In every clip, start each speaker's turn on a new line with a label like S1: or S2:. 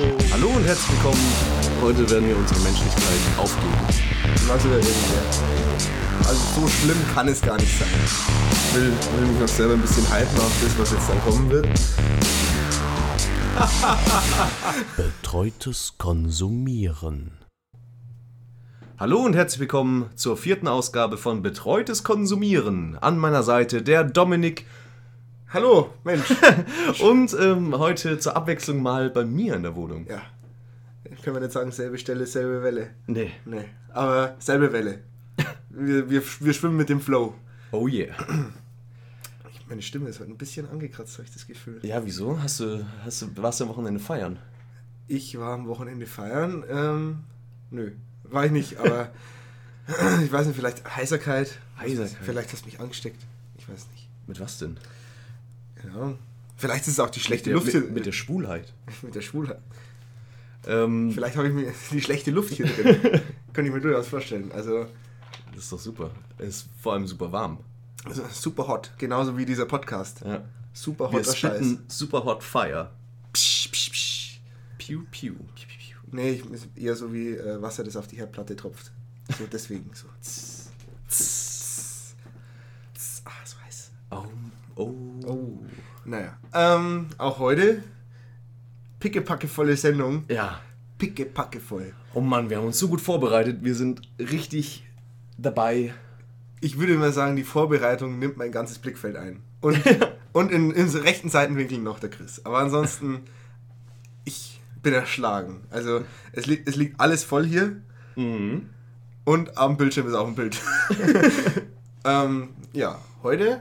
S1: und herzlich willkommen. Heute werden wir unsere Menschlichkeit aufgeben.
S2: Was wieder weniger. Also so schlimm kann es gar nicht sein. Ich will, will mich noch selber ein bisschen halten auf das, was jetzt dann kommen wird.
S1: Betreutes Konsumieren. Hallo und herzlich willkommen zur vierten Ausgabe von Betreutes Konsumieren. An meiner Seite der Dominik
S2: Hallo, Mensch.
S1: und ähm, heute zur Abwechslung mal bei mir in der Wohnung.
S2: ja. Können wir nicht sagen, selbe Stelle, selbe Welle.
S1: Nee.
S2: Nee. Aber selbe Welle. Wir, wir, wir schwimmen mit dem Flow.
S1: Oh yeah.
S2: Ich- Meine Stimme ist heute ein bisschen angekratzt, habe ich das Gefühl.
S1: Ja, wieso? Hast du, hast du, warst du am Wochenende feiern?
S2: Ich war am Wochenende feiern. Ähm, nö, war ich nicht, aber ich weiß nicht, vielleicht Heiserkeit.
S1: Heiserkeit.
S2: Vielleicht hast du mich angesteckt. Ich weiß nicht.
S1: Mit was denn?
S2: Keine Ahnung. Vielleicht ist es auch die schlechte
S1: Der-
S2: Luft
S1: mit,
S2: hier.
S1: mit der Schwulheit.
S2: mit der Schwulheit.
S1: Ähm,
S2: Vielleicht habe ich mir die schlechte Luft hier drin. Könnte ich mir durchaus vorstellen. Also,
S1: das ist doch super. Ist vor allem super warm.
S2: also super hot. Genauso wie dieser Podcast.
S1: Ja.
S2: Super
S1: Wir
S2: hotter Scheiß.
S1: spitten super hot fire.
S2: Psch, psch, psch.
S1: Pew, pew.
S2: Nee, ich, ist eher so wie äh, Wasser, das auf die Herdplatte tropft. So deswegen. So. Tss, tss, tss. Ah, so heiß.
S1: Oh, oh.
S2: Oh. Naja. Ähm, auch heute. Pickepackevolle Sendung.
S1: Ja.
S2: Pickepackevoll.
S1: Oh Mann, wir haben uns so gut vorbereitet. Wir sind richtig dabei.
S2: Ich würde mal sagen, die Vorbereitung nimmt mein ganzes Blickfeld ein. Und, und in, in so rechten Seitenwinkel noch der Chris. Aber ansonsten, ich bin erschlagen. Also, es, liegt es liegt alles voll hier.
S1: Mhm.
S2: Und am Bildschirm ist auch ein Bild. ähm, ja, heute.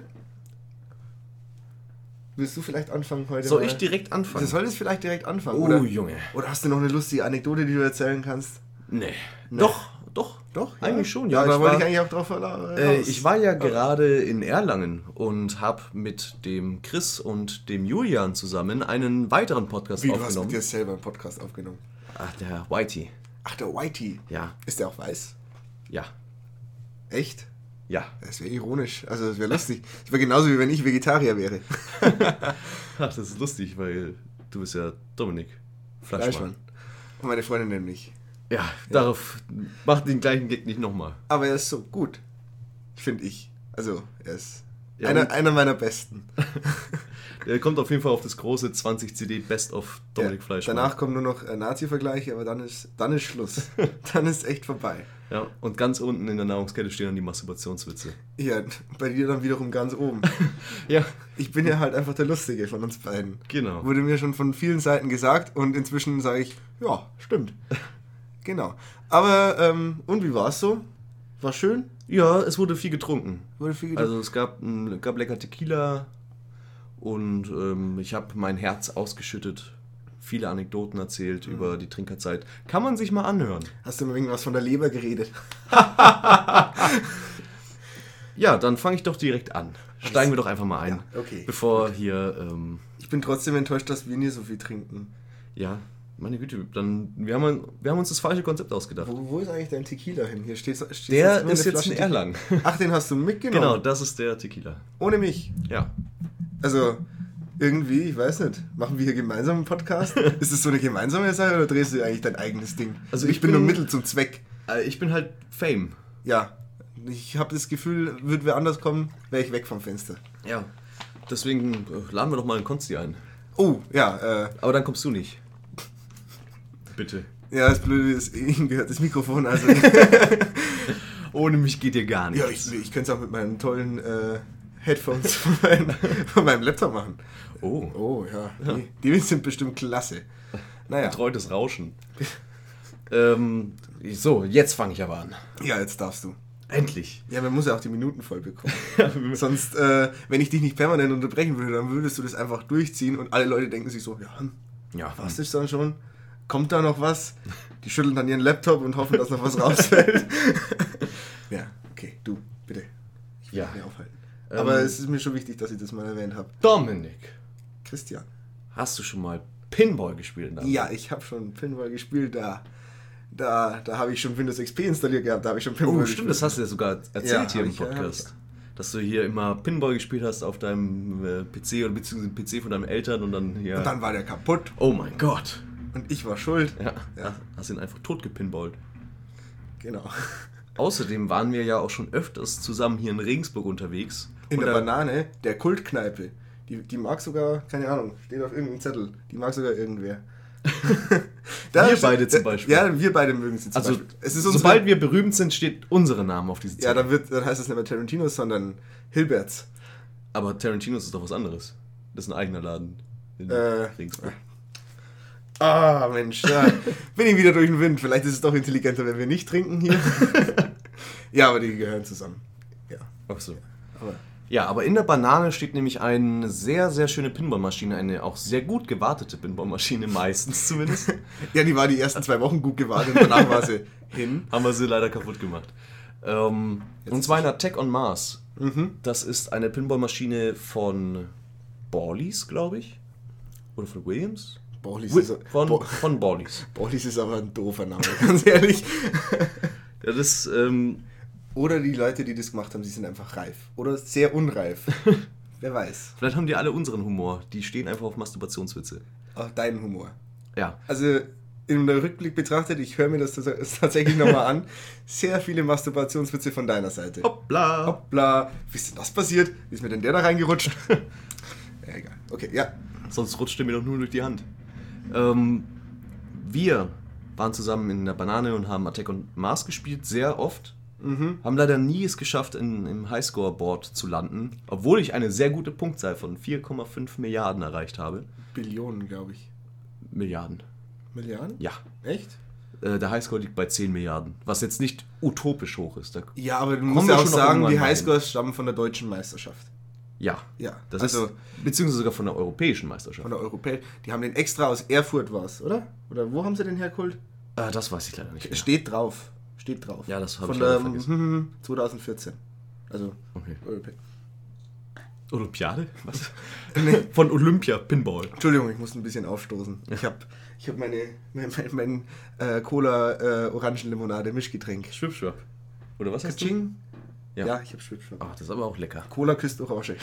S2: Willst du vielleicht anfangen heute?
S1: Soll
S2: mal? Also
S1: ich direkt anfangen?
S2: Soll ich vielleicht direkt anfangen?
S1: Oh,
S2: oder?
S1: Junge.
S2: Oder hast du noch eine lustige Anekdote, die du erzählen kannst?
S1: Nee. Doch, doch,
S2: Doch, ja.
S1: Eigentlich schon, ja.
S2: da
S1: ich,
S2: wollte ich
S1: war,
S2: eigentlich auch drauf verla-
S1: äh,
S2: raus.
S1: ich war ja gerade in Erlangen und habe mit dem Chris und dem Julian zusammen einen weiteren Podcast
S2: Wie, du hast mit
S1: aufgenommen.
S2: dir selber einen Podcast aufgenommen.
S1: Ach, der Whitey.
S2: Ach, der Whitey.
S1: Ja,
S2: Ist der auch weiß?
S1: ja,
S2: Echt?
S1: ja.
S2: Das wäre ironisch. Also, das wäre lustig. Das wäre genauso, wie wenn ich Vegetarier wäre.
S1: Ach, das ist lustig, weil du bist ja Dominik Fleischmann.
S2: Fleischmann. Und meine Freundin nämlich.
S1: Ja, darauf mach den gleichen Gag nicht nochmal.
S2: Aber er ist so gut. Finde ich. Also, er ist
S1: Ja,
S2: einer,
S1: und-
S2: einer meiner besten.
S1: Der kommt auf jeden Fall auf das große 20 CD Best of Dominik
S2: Ja.
S1: Fleischmann.
S2: Danach kommen nur noch äh, Nazi-Vergleiche, aber dann ist, dann ist Schluss. dann ist echt vorbei.
S1: Ja, und ganz unten in der Nahrungskette stehen dann die Masturbationswitze.
S2: Ja, bei dir dann wiederum ganz oben.
S1: Ja,
S2: Ich bin ja halt einfach der Lustige von uns beiden.
S1: Genau.
S2: Wurde mir schon von vielen Seiten gesagt und inzwischen sage ich, ja, stimmt. genau. Aber, ähm, und wie war es so? War schön?
S1: ja, es wurde viel getrunken.
S2: Wurde viel gedacht?
S1: Also es gab, ein, gab lecker Tequila und ähm, ich habe mein Herz ausgeschüttet, viele Anekdoten erzählt
S2: Mhm.
S1: über die Trinkerzeit. Kann man sich mal anhören.
S2: Hast du mir irgendwas von der Leber geredet?
S1: Ja, dann fange ich doch direkt an. Steigen wir doch einfach mal ein.
S2: Ja, okay.
S1: Bevor hier, ähm,
S2: Ich bin trotzdem enttäuscht, dass wir nie so viel trinken.
S1: ja, meine Güte, dann, wir haben, wir haben uns das falsche Konzept ausgedacht.
S2: Wo, wo ist eigentlich dein Tequila hin? Hier steht, steht
S1: Der
S2: nur
S1: ist
S2: eine
S1: jetzt in
S2: Flasche
S1: Erlangen.
S2: Tequila. Ach, den hast du mitgenommen?
S1: Genau, das ist der Tequila.
S2: Ohne mich.
S1: Ja.
S2: Also, irgendwie, ich weiß nicht. Machen wir hier gemeinsam einen Podcast? ist es so eine gemeinsame Sache oder drehst du eigentlich dein eigenes Ding?
S1: Also
S2: ich,
S1: ich
S2: bin
S1: bin-
S2: nur Mittel zum Zweck.
S1: Äh, Ich bin halt Fame.
S2: Ja, ich habe das Gefühl, würde wer anders kommen, wäre ich weg vom Fenster.
S1: Ja. Deswegen äh, laden wir doch mal einen Konsti ein.
S2: Oh, ja, äh,
S1: Aber dann kommst du nicht. Bitte.
S2: ja, das Blöde ist, ihm gehört das Mikrofon, also
S1: Ohne mich geht dir gar
S2: ja,
S1: nichts.
S2: ich, ich könnte es auch mit meinen tollen äh, Headphones von, meinem- von meinem Laptop machen.
S1: oh,
S2: Oh, ja, die, die sind bestimmt klasse. Naja,
S1: betreutes Rauschen. ähm, so, jetzt fange ich aber an.
S2: ja, jetzt darfst du.
S1: Endlich.
S2: Ja, man muss ja auch die Minuten voll bekommen. Sonst, äh, wenn ich dich nicht permanent unterbrechen würde, dann würdest du das einfach durchziehen und alle Leute denken sich so, ja, hm,
S1: Ja,
S2: was ist dann schon? Kommt da noch was? Die schütteln dann ihren Laptop und hoffen, dass noch was rausfällt. ja, okay, du, bitte. Ich will
S1: Ja.
S2: dich nicht aufhalten.
S1: Ähm.
S2: Aber es ist mir schon wichtig, dass ich das mal erwähnt habe.
S1: Dominik,
S2: Christian.
S1: hast du schon mal Pinball gespielt? Dann?
S2: Ja, ich habe schon Pinball gespielt, da, da, da habe ich schon Windows XP installiert gehabt, da habe ich schon Pinball
S1: Oh,
S2: gespielt.
S1: stimmt, das hast du ja sogar erzählt
S2: Ja,
S1: hier
S2: hab
S1: im
S2: ich, ja,
S1: Podcast. dass du hier immer Pinball gespielt hast auf deinem äh, PC oder beziehungsweise PC von deinen Eltern und dann hier.
S2: Und dann war der kaputt.
S1: oh mein Gott.
S2: Und ich war schuld.
S1: Ja.
S2: Ja.
S1: Hast ihn einfach tot gepinballt.
S2: Genau.
S1: Außerdem waren wir ja auch schon öfters zusammen hier in Regensburg unterwegs.
S2: In
S1: Und
S2: der
S1: da-
S2: Banane, der Kultkneipe. Die, die mag sogar, keine Ahnung, steht auf irgendeinem Zettel. Die mag sogar irgendwer. Da
S1: Wir
S2: steht-
S1: beide zum Beispiel.
S2: Ja, wir beide mögen sie zum
S1: also,
S2: Beispiel. Es ist unsere,
S1: sobald wir berühmt sind, steht unsere Name auf diesem
S2: ja, dann, wird, dann heißt es nicht mehr Tarantinos, sondern Hilberts.
S1: Aber Tarantinos ist doch was anderes. Das ist ein eigener Laden in
S2: Äh,
S1: Regensburg.
S2: Ah, Mensch, da bin ich wieder durch den Wind. Vielleicht ist es doch intelligenter, wenn wir nicht trinken hier. ja, aber die gehören zusammen. Ja,
S1: Ach so.
S2: aber
S1: Ja, aber in der Banane steht nämlich eine sehr, sehr schöne Pinballmaschine, eine auch sehr gut gewartete Pinballmaschine, meistens zumindest.
S2: Ja, die war die ersten zwei Wochen gut gewartet, danach war sie hin.
S1: Haben wir sie leider kaputt gemacht. Ähm, und zwar in Attack on Mars. Das ist eine Pinballmaschine von Borlies, glaube ich. Oder von Williams?
S2: Borlis
S1: Wi-
S2: ist,
S1: Von,
S2: Bo
S1: von Borlies.
S2: Borlis ist aber ein doofer Name, ganz ehrlich.
S1: Ja, das, ähm,
S2: Oder die Leute, die das gemacht haben, die sind einfach reif. Oder sehr unreif. Wer weiß.
S1: vielleicht haben die alle unseren Humor. Die stehen einfach auf Masturbationswitze.
S2: Auch dein Humor.
S1: Ja,
S2: Also im Rückblick betrachtet, ich höre mir das tats- tatsächlich nochmal an, sehr viele Masturbationswitze von deiner Seite.
S1: Hoppla.
S2: Hoppla, wie ist denn das passiert? Wie ist mir denn der da reingerutscht? ja, egal. Okay, ja.
S1: Sonst rutscht er mir doch nur durch die Hand. Ähm, wir waren zusammen in der Banane und haben Attack on Mars gespielt, sehr oft.
S2: Mhm.
S1: Haben leider nie es geschafft, in, im Highscore-Board zu landen, obwohl ich eine sehr gute Punktzahl von 4,5 Milliarden erreicht habe.
S2: Billionen, glaube ich.
S1: Milliarden,
S2: Milliarden?
S1: ja.
S2: Echt?
S1: Äh, der Highscore liegt bei 10 Milliarden, was jetzt nicht utopisch hoch ist. Da,
S2: Ja, aber du
S1: Kommen
S2: musst
S1: wir
S2: ja auch
S1: schon noch
S2: sagen,
S1: irgendwann
S2: die
S1: mal hin.
S2: Highscores stammen von der deutschen Meisterschaft.
S1: ja,
S2: Ja,
S1: das
S2: also
S1: ist beziehungsweise sogar von der europäischen Meisterschaft.
S2: von der Europäischen. Die haben den extra aus Erfurt was, oder? Oder wo haben sie den hergeholt?
S1: äh, das weiß ich leider nicht. Mehr.
S2: Steht drauf. Steht drauf.
S1: Ja, das hab
S2: Von
S1: ich leider
S2: der, vergessen. 2014. Also
S1: Okay.
S2: Europä-
S1: Olympiade? Was?
S2: Nee.
S1: Von Olympia Pinball.
S2: Entschuldigung, ich muss ein bisschen aufstoßen. Ich habe ich hab meine, mein, mein, mein äh, Cola äh, Orangenlimonade Mischgetränk.
S1: Schwipschwap. Oder was hast du?
S2: Ching.
S1: Ja.
S2: Ja. ich habe Schwipschwap.
S1: Ach, das ist aber auch lecker.
S2: Cola küsst Orange.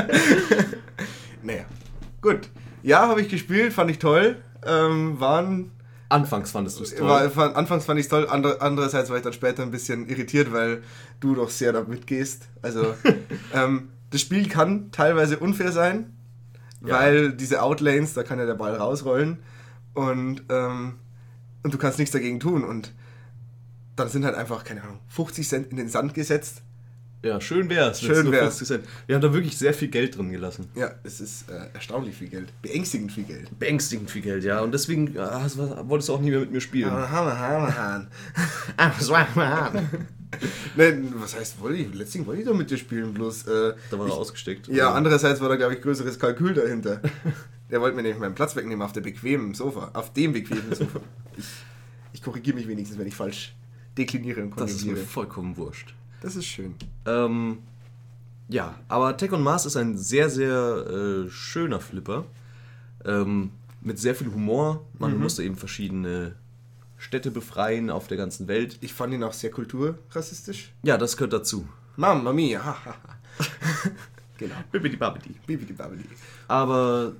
S2: naja, gut. Ja, habe ich gespielt, fand ich toll. Ähm, waren,
S1: Anfangs fandest du es toll.
S2: War, fand, anfangs fand ich es toll, ander, andererseits war ich dann später ein bisschen irritiert, weil du doch sehr damit gehst. Also, ähm, das Spiel kann teilweise unfair sein,
S1: Ja.
S2: weil diese Outlanes, da kann ja der Ball rausrollen und, ähm, und du kannst nichts dagegen tun. Und dann sind halt einfach, keine Ahnung, 50 Cent in den Sand gesetzt
S1: ja, schön wär's. wenn's
S2: Schön
S1: nur
S2: wär's.
S1: 50 Cent. Wir haben da wirklich sehr viel Geld drin gelassen.
S2: Ja, es ist äh, erstaunlich viel Geld. Beängstigend viel Geld.
S1: Beängstigend viel Geld, ja. Und deswegen ah, hast- wolltest du auch nie mehr mit mir spielen.
S2: Nein, was heißt, wollte ich? Letztens wollte ich doch mit dir spielen, bloß. Äh,
S1: Da war
S2: ich,
S1: er ausgesteckt.
S2: Ja, andererseits war da, glaube ich, größeres Kalkül dahinter. Der wollte mir nämlich meinen Platz wegnehmen auf der bequemen Sofa. Auf dem bequemen Sofa. Ich, ich korrigiere mich wenigstens, wenn ich falsch dekliniere und
S1: Das ist mir
S2: konjugiere.
S1: vollkommen wurscht.
S2: Das ist schön.
S1: Ähm, ja, aber Tech on Mars ist ein sehr, sehr äh, schöner Flipper. Ähm, mit sehr viel Humor. Man musste eben verschiedene Städte befreien auf der ganzen Welt.
S2: Ich fand ihn auch sehr kulturrassistisch.
S1: Ja, das gehört dazu.
S2: Mamma mia. ha, ha, ha. genau.
S1: Bibbidi babbidi.
S2: Bibidi babidi.
S1: Aber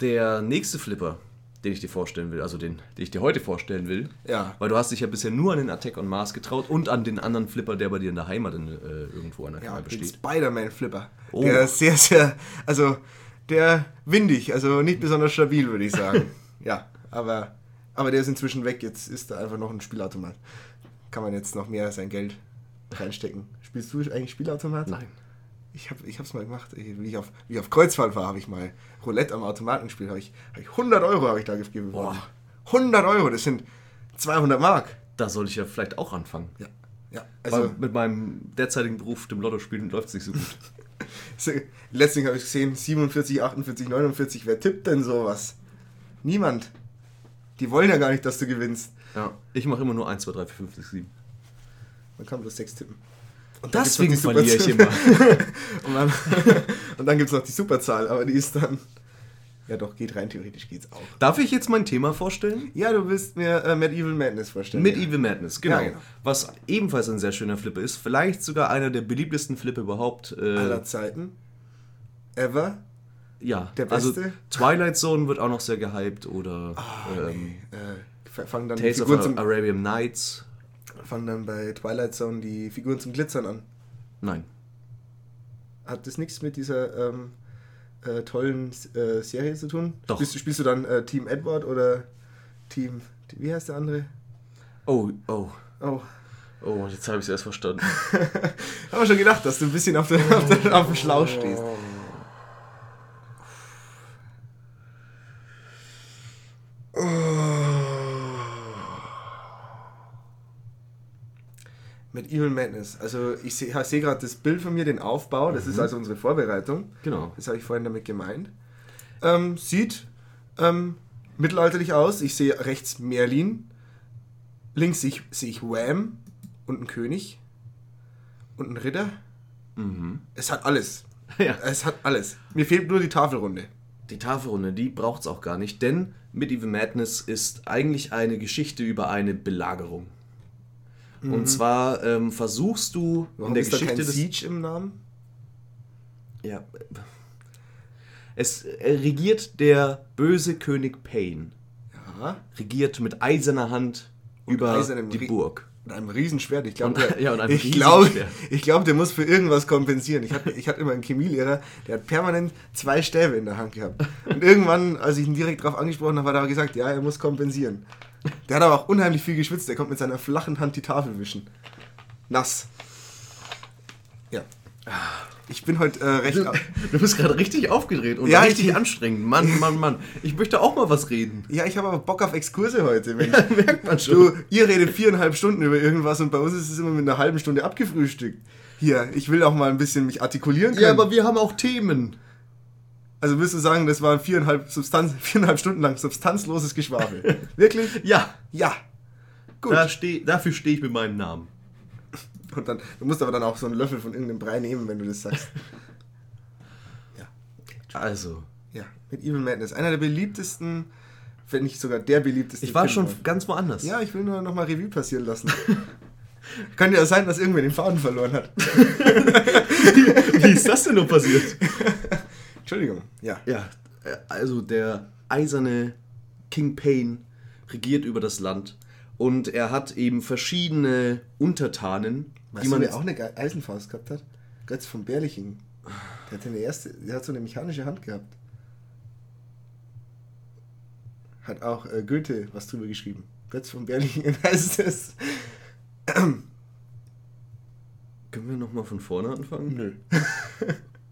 S1: der nächste Flipper, den ich dir vorstellen will, also den, den ich dir heute vorstellen will,
S2: Ja.
S1: weil du hast dich ja bisher nur an den Attack on Mars getraut und an den anderen Flipper, der bei dir in der Heimat in, äh, irgendwo an der
S2: Ja,
S1: Kneipe
S2: den
S1: steht.
S2: Spider-Man-Flipper.
S1: Oh.
S2: Der ist sehr, sehr, also der windig, also nicht besonders stabil, würde ich sagen. ja, aber, aber der ist inzwischen weg. Jetzt ist da einfach noch ein Spielautomat. Kann man jetzt noch mehr sein Geld reinstecken. Spielst du eigentlich Spielautomat?
S1: Nein.
S2: Ich habe es mal gemacht. Wie ich auf, wie ich auf Kreuzfahrt war, habe ich mal Roulette am Automaten gespielt. Hab ich, hab ich 100 Euro habe ich da gegeben.
S1: Boah.
S2: 100 Euro, das sind 200 Mark.
S1: Da soll ich ja vielleicht auch anfangen.
S2: Ja, ja
S1: Also weil mit meinem derzeitigen Beruf, dem Lotto-Spielen, läuft es nicht so gut.
S2: Letztens habe ich gesehen, 47, 48, 49, wer tippt denn sowas? Niemand. Die wollen ja gar nicht, dass du gewinnst.
S1: ja. Ich mache immer nur 1, 2, 3, 4, 5, 6, 7.
S2: Man kann bloß sechs tippen. Und dann
S1: Deswegen
S2: gibt's noch die
S1: verliere ich
S2: Superzahl.
S1: immer.
S2: Und dann, und dann gibt es noch die Superzahl, aber die ist dann... Ja doch, geht rein, theoretisch geht's auch.
S1: Darf ich jetzt mein Thema vorstellen?
S2: Ja, du willst mir äh, Medieval Madness vorstellen.
S1: Medieval Madness, genau.
S2: Ja, genau.
S1: Was ebenfalls ein sehr schöner Flipper ist. Vielleicht sogar einer der beliebtesten Flipper überhaupt. Äh,
S2: Aller Zeiten. Ever.
S1: ja,
S2: Der
S1: also
S2: Beste?
S1: Twilight Zone wird auch noch sehr gehypt oder ähm,
S2: Äh, fangen dann, die
S1: Tales
S2: Figuren
S1: of
S2: zum,
S1: Arabian Nights.
S2: fangen dann bei Twilight Zone die Figuren zum Glitzern an.
S1: Nein.
S2: Hat das nichts mit dieser ähm, äh, tollen äh, Serie zu tun?
S1: Doch.
S2: Spielst, du- spielst du dann äh, Team Edward oder Team. Wie heißt der andere?
S1: Oh, oh,
S2: Oh.
S1: oh, jetzt habe ich es erst verstanden.
S2: Haben wir schon gedacht, dass du ein bisschen auf, der, auf, der, auf dem Schlauch stehst. Mit Evil Madness. Also ich sehe seh gerade das Bild von mir, den Aufbau. Das ist also unsere Vorbereitung.
S1: Genau.
S2: Das habe ich vorhin damit gemeint. Ähm, sieht ähm, mittelalterlich aus. Ich sehe rechts Merlin. Links sehe ich, sehe ich Wham und einen König und einen Ritter. Es hat alles.
S1: Mhm. ja.
S2: Es hat alles. Mir fehlt nur die Tafelrunde.
S1: Die Tafelrunde, die braucht's auch gar nicht, denn Medieval Madness ist eigentlich eine Geschichte über eine Belagerung. Und zwar ähm, versuchst du
S2: Mhm. Warum
S1: in der
S2: ist
S1: Geschichte
S2: da kein
S1: des
S2: Siege im Namen?
S1: ja, äh, es äh, regiert der böse König Payne,
S2: Ja.
S1: regiert mit eiserner Hand über
S2: eisernem
S1: die
S2: Ring.
S1: Burg.
S2: Mit einem Riesenschwert. Ich glaube,
S1: Und-
S2: der,
S1: ja, und einem
S2: ich glaub,
S1: Riesenschwert.
S2: ich glaub, der muss für irgendwas kompensieren. Ich hatte, ich hatte immer einen Chemielehrer, der hat permanent zwei Stäbe in der Hand gehabt. Und irgendwann, als ich ihn direkt darauf angesprochen habe, hat er auch gesagt, ja, er muss kompensieren. Der hat aber auch unheimlich viel geschwitzt. Der konnte mit seiner flachen Hand die Tafel wischen. Nass. Ja. Ich bin heute äh, recht... au-
S1: Du bist gerade richtig aufgedreht und
S2: Ja,
S1: richtig
S2: ich-
S1: anstrengend. Mann, Mann, Mann. Ich möchte auch mal was reden.
S2: Ja, ich habe aber Bock auf Exkurse heute, Mensch.
S1: Merkt man schon.
S2: Du, ihr redet viereinhalb Stunden über irgendwas und bei uns ist es immer mit einer halben Stunde abgefrühstückt. Hier, ich will auch mal ein bisschen mich artikulieren können.
S1: ja, aber wir haben auch Themen.
S2: also willst du sagen, das war viereinhalb, Substanz, viereinhalb Stunden lang substanzloses Geschwafel. Wirklich?
S1: Ja,
S2: Ja. Gut.
S1: da steh, dafür stehe ich mit meinem Namen.
S2: Und dann, du musst aber dann auch so einen Löffel von irgendeinem Brei nehmen, wenn du das sagst. ja.
S1: Also,
S2: Ja. Mit Evil Madness. Einer der beliebtesten, wenn nicht sogar der beliebteste.
S1: ich war
S2: Film
S1: schon
S2: heute.
S1: ganz woanders.
S2: Ja, ich will nur nochmal Revue passieren lassen. Könnte ja sein, dass irgendwer den Faden verloren hat.
S1: Wie ist das denn nur passiert?
S2: Entschuldigung. Ja.
S1: Ja, äh, also der eiserne King Payne regiert über das Land und er hat eben verschiedene Untertanen,
S2: Weißt du, wer auch eine Ge- Eisenfaust gehabt hat? Götz von Berlichingen. Der hatte eine erste, der hat so eine mechanische Hand gehabt. Hat auch äh, Goethe was drüber geschrieben. Götz von Berlichingen heißt es.
S1: Können wir nochmal von vorne anfangen?
S2: Nö.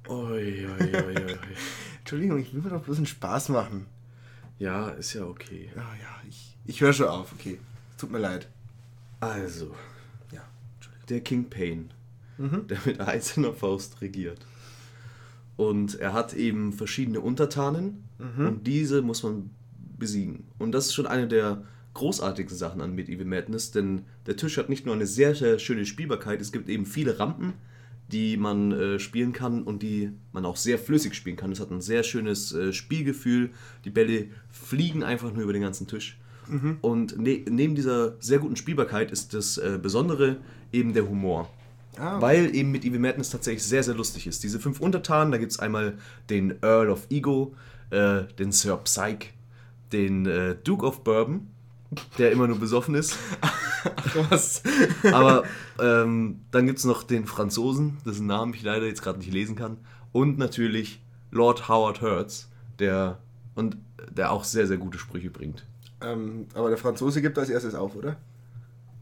S1: Oi, oi, oi, oi.
S2: Entschuldigung, ich will mir doch bloß einen Spaß machen.
S1: Ja, ist ja okay.
S2: Ja, ja, ich, ich höre schon auf, okay. Es Tut mir leid.
S1: Also,
S2: Ja.
S1: der King Payne, der mit eiserner Faust regiert. Und er hat eben verschiedene Untertanen und diese muss man besiegen. Und das ist schon eine der großartigsten Sachen an Medieval Madness, denn der Tisch hat nicht nur eine sehr, sehr schöne Spielbarkeit, es gibt eben viele Rampen, die man äh, spielen kann und die man auch sehr flüssig spielen kann. Es hat ein sehr schönes äh, Spielgefühl. Die Bälle fliegen einfach nur über den ganzen Tisch. Und ne neben dieser sehr guten Spielbarkeit ist das äh, Besondere eben der Humor.
S2: Ah,
S1: Weil eben mit Evil Madness tatsächlich sehr, sehr lustig ist. Diese fünf Untertanen, da gibt es einmal den Earl of Ego, äh, den Sir Psyche, den äh, Duke of Bourbon, der immer nur besoffen ist.
S2: was?
S1: Aber ähm, dann gibt es noch den Franzosen, dessen Namen ich leider jetzt gerade nicht lesen kann. Und natürlich Lord Howard Hertz, der, und, der auch sehr, sehr gute Sprüche bringt.
S2: ähm, aber der Franzose gibt als erstes auf, oder?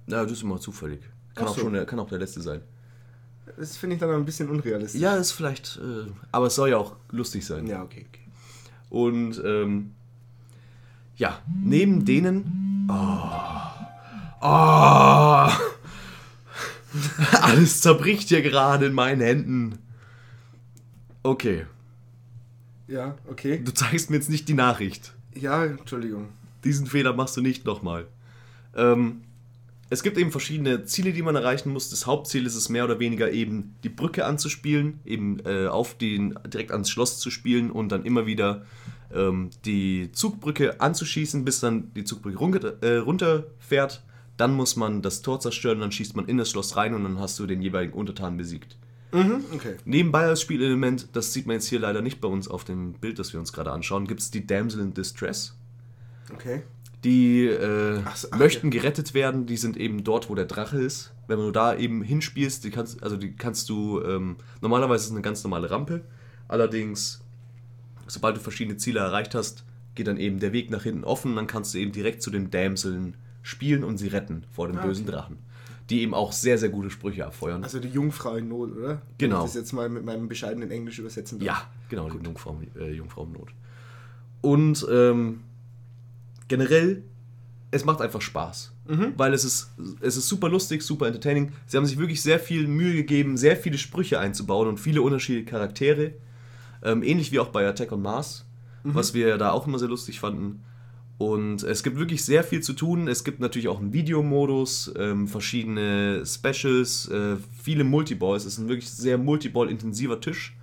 S1: Na, das ist immer zufällig. Kann,
S2: Ach
S1: auch,
S2: so.
S1: schon der, kann auch der letzte sein.
S2: Das finde ich dann ein bisschen unrealistisch.
S1: Ja, ist vielleicht. Äh, aber es soll ja auch lustig sein.
S2: Ja, okay, okay.
S1: Und ähm, ja, neben denen. Oh, oh, alles zerbricht hier gerade in meinen Händen. Okay,
S2: Ja, okay.
S1: du zeigst mir jetzt nicht die Nachricht.
S2: Ja, Entschuldigung.
S1: Diesen Fehler machst du nicht nochmal. Ähm, es gibt eben verschiedene Ziele, die man erreichen muss. Das Hauptziel ist es mehr oder weniger eben die Brücke anzuspielen, eben äh, auf den direkt ans Schloss zu spielen und dann immer wieder ähm, die Zugbrücke anzuschießen, bis dann die Zugbrücke runge- äh, runterfährt. Dann muss man das Tor zerstören, dann schießt man in das Schloss rein und dann hast du den jeweiligen Untertan besiegt.
S2: Mhm, okay.
S1: Nebenbei als Spielelement, das sieht man jetzt hier leider nicht bei uns auf dem Bild, das wir uns gerade anschauen, gibt es die Damsel in Distress.
S2: Okay.
S1: Die äh,
S2: Ach so, ach,
S1: möchten gerettet werden, die sind eben dort, wo der Drache ist. Wenn du da eben hinspielst, die kannst, also die kannst du, ähm, normalerweise ist es eine ganz normale Rampe. Allerdings, sobald du verschiedene Ziele erreicht hast, geht dann eben der Weg nach hinten offen. Dann kannst du eben direkt zu den Dämseln spielen und sie retten vor dem
S2: Ah,
S1: bösen Drachen. Die eben auch sehr, sehr gute Sprüche abfeuern.
S2: Also die Jungfrau in Not, oder?
S1: Genau.
S2: Wenn ich das jetzt mal mit meinem bescheidenen Englisch übersetzen darf.
S1: Ja, genau, die Jungfrau, äh, Jungfrauennot. Und ähm, generell, es macht einfach Spaß. Weil es ist, es ist super lustig, super entertaining. Sie haben sich wirklich sehr viel Mühe gegeben, sehr viele Sprüche einzubauen und viele unterschiedliche Charaktere. Ähm, ähnlich wie auch bei Attack on Mars,
S2: Mhm.
S1: was wir ja da auch immer sehr lustig fanden. Und es gibt wirklich sehr viel zu tun. Es gibt natürlich auch einen Videomodus, ähm, verschiedene Specials, äh, viele Multiballs. Es ist ein wirklich sehr Multiball-intensiver Tisch.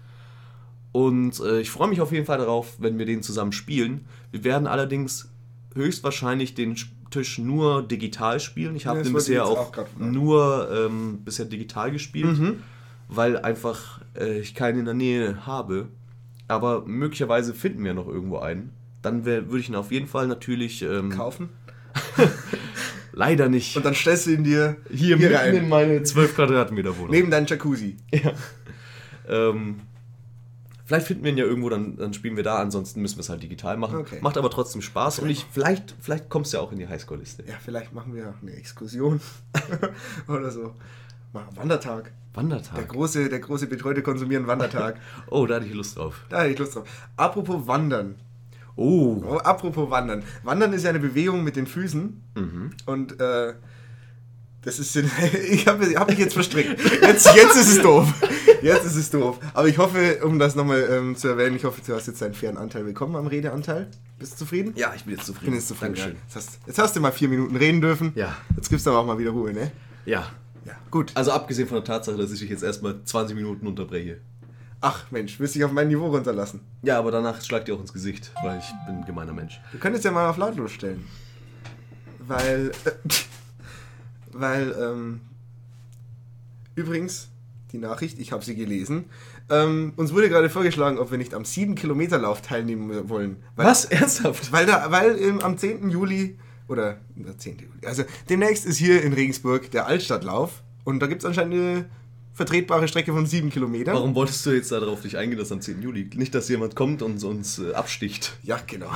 S1: Und äh, ich freue mich auf jeden Fall darauf, wenn wir den zusammen spielen. Wir werden allerdings höchstwahrscheinlich den Sch- Tisch nur digital spielen. Ich habe
S2: Ja, das
S1: den
S2: wollte ich
S1: bisher
S2: jetzt
S1: auch,
S2: auch grad fragen. Mhm.
S1: nur ähm, bisher digital gespielt, weil einfach äh, ich keinen in der Nähe habe. Aber möglicherweise finden wir noch irgendwo einen. Dann wär- würde ich ihn auf jeden Fall natürlich ähm,
S2: Kaufen.
S1: leider nicht
S2: Und dann stellst du ihn dir
S1: hier, mitten in meine 12 Quadratmeter Wohnung.
S2: Neben deinen Jacuzzi.
S1: Ähm, vielleicht finden wir ihn ja irgendwo, dann, dann spielen wir da. Ansonsten müssen wir es halt digital machen.
S2: Okay.
S1: Macht aber trotzdem Spaß. Und ich, vielleicht, vielleicht kommst du ja auch in die Highscore-Liste.
S2: Ja, vielleicht machen wir eine Exkursion oder so. Mal einen Wandertag. Der
S1: Wandertag.
S2: große, der große Betreute konsumieren Wandertag.
S1: Oh, da hatte ich Lust drauf.
S2: da hätte ich Lust drauf. Apropos Wandern.
S1: Oh.
S2: Oh, apropos Wandern. Wandern ist ja eine Bewegung mit den Füßen.
S1: Mhm.
S2: Und äh, das ist. ich habe hab mich jetzt verstrickt. Jetzt, jetzt ist es doof. Jetzt ist es doof. Aber ich hoffe, um das nochmal ähm, zu erwähnen, ich hoffe, du hast jetzt deinen fairen Anteil bekommen am Redeanteil. Bist du zufrieden?
S1: Ja, ich bin jetzt zufrieden.
S2: Ich bin jetzt zufrieden.
S1: Dankeschön.
S2: Ja. Jetzt, hast, jetzt hast du mal vier Minuten reden dürfen.
S1: Ja.
S2: Jetzt gibt's aber auch mal wieder Ruhe, ne?
S1: Ja.
S2: Ja. Gut.
S1: Also abgesehen von der Tatsache, dass ich dich jetzt erstmal 20 Minuten unterbreche.
S2: Ach Mensch, willst du dich auf mein Niveau runterlassen?
S1: Ja, aber danach schlag dir auch ins Gesicht, weil ich bin ein gemeiner Mensch.
S2: Wir können es ja mal auf lautlos stellen. Weil. Äh, weil, ähm. Übrigens, die Nachricht, ich habe sie gelesen. Ähm, uns wurde gerade vorgeschlagen, ob wir nicht am 7-Kilometer-Lauf teilnehmen wollen. Weil,
S1: Was? Ernsthaft?
S2: Weil, da, weil ähm, am 10. Juli. Oder. Der 10. Juli. Also, demnächst ist hier in Regensburg der Altstadtlauf. Und da gibt es anscheinend eine vertretbare Strecke von 7 Kilometern.
S1: Warum wolltest du jetzt darauf nicht eingehen, dass am 10. Juli nicht, dass jemand kommt und uns äh, absticht?
S2: Ja, genau.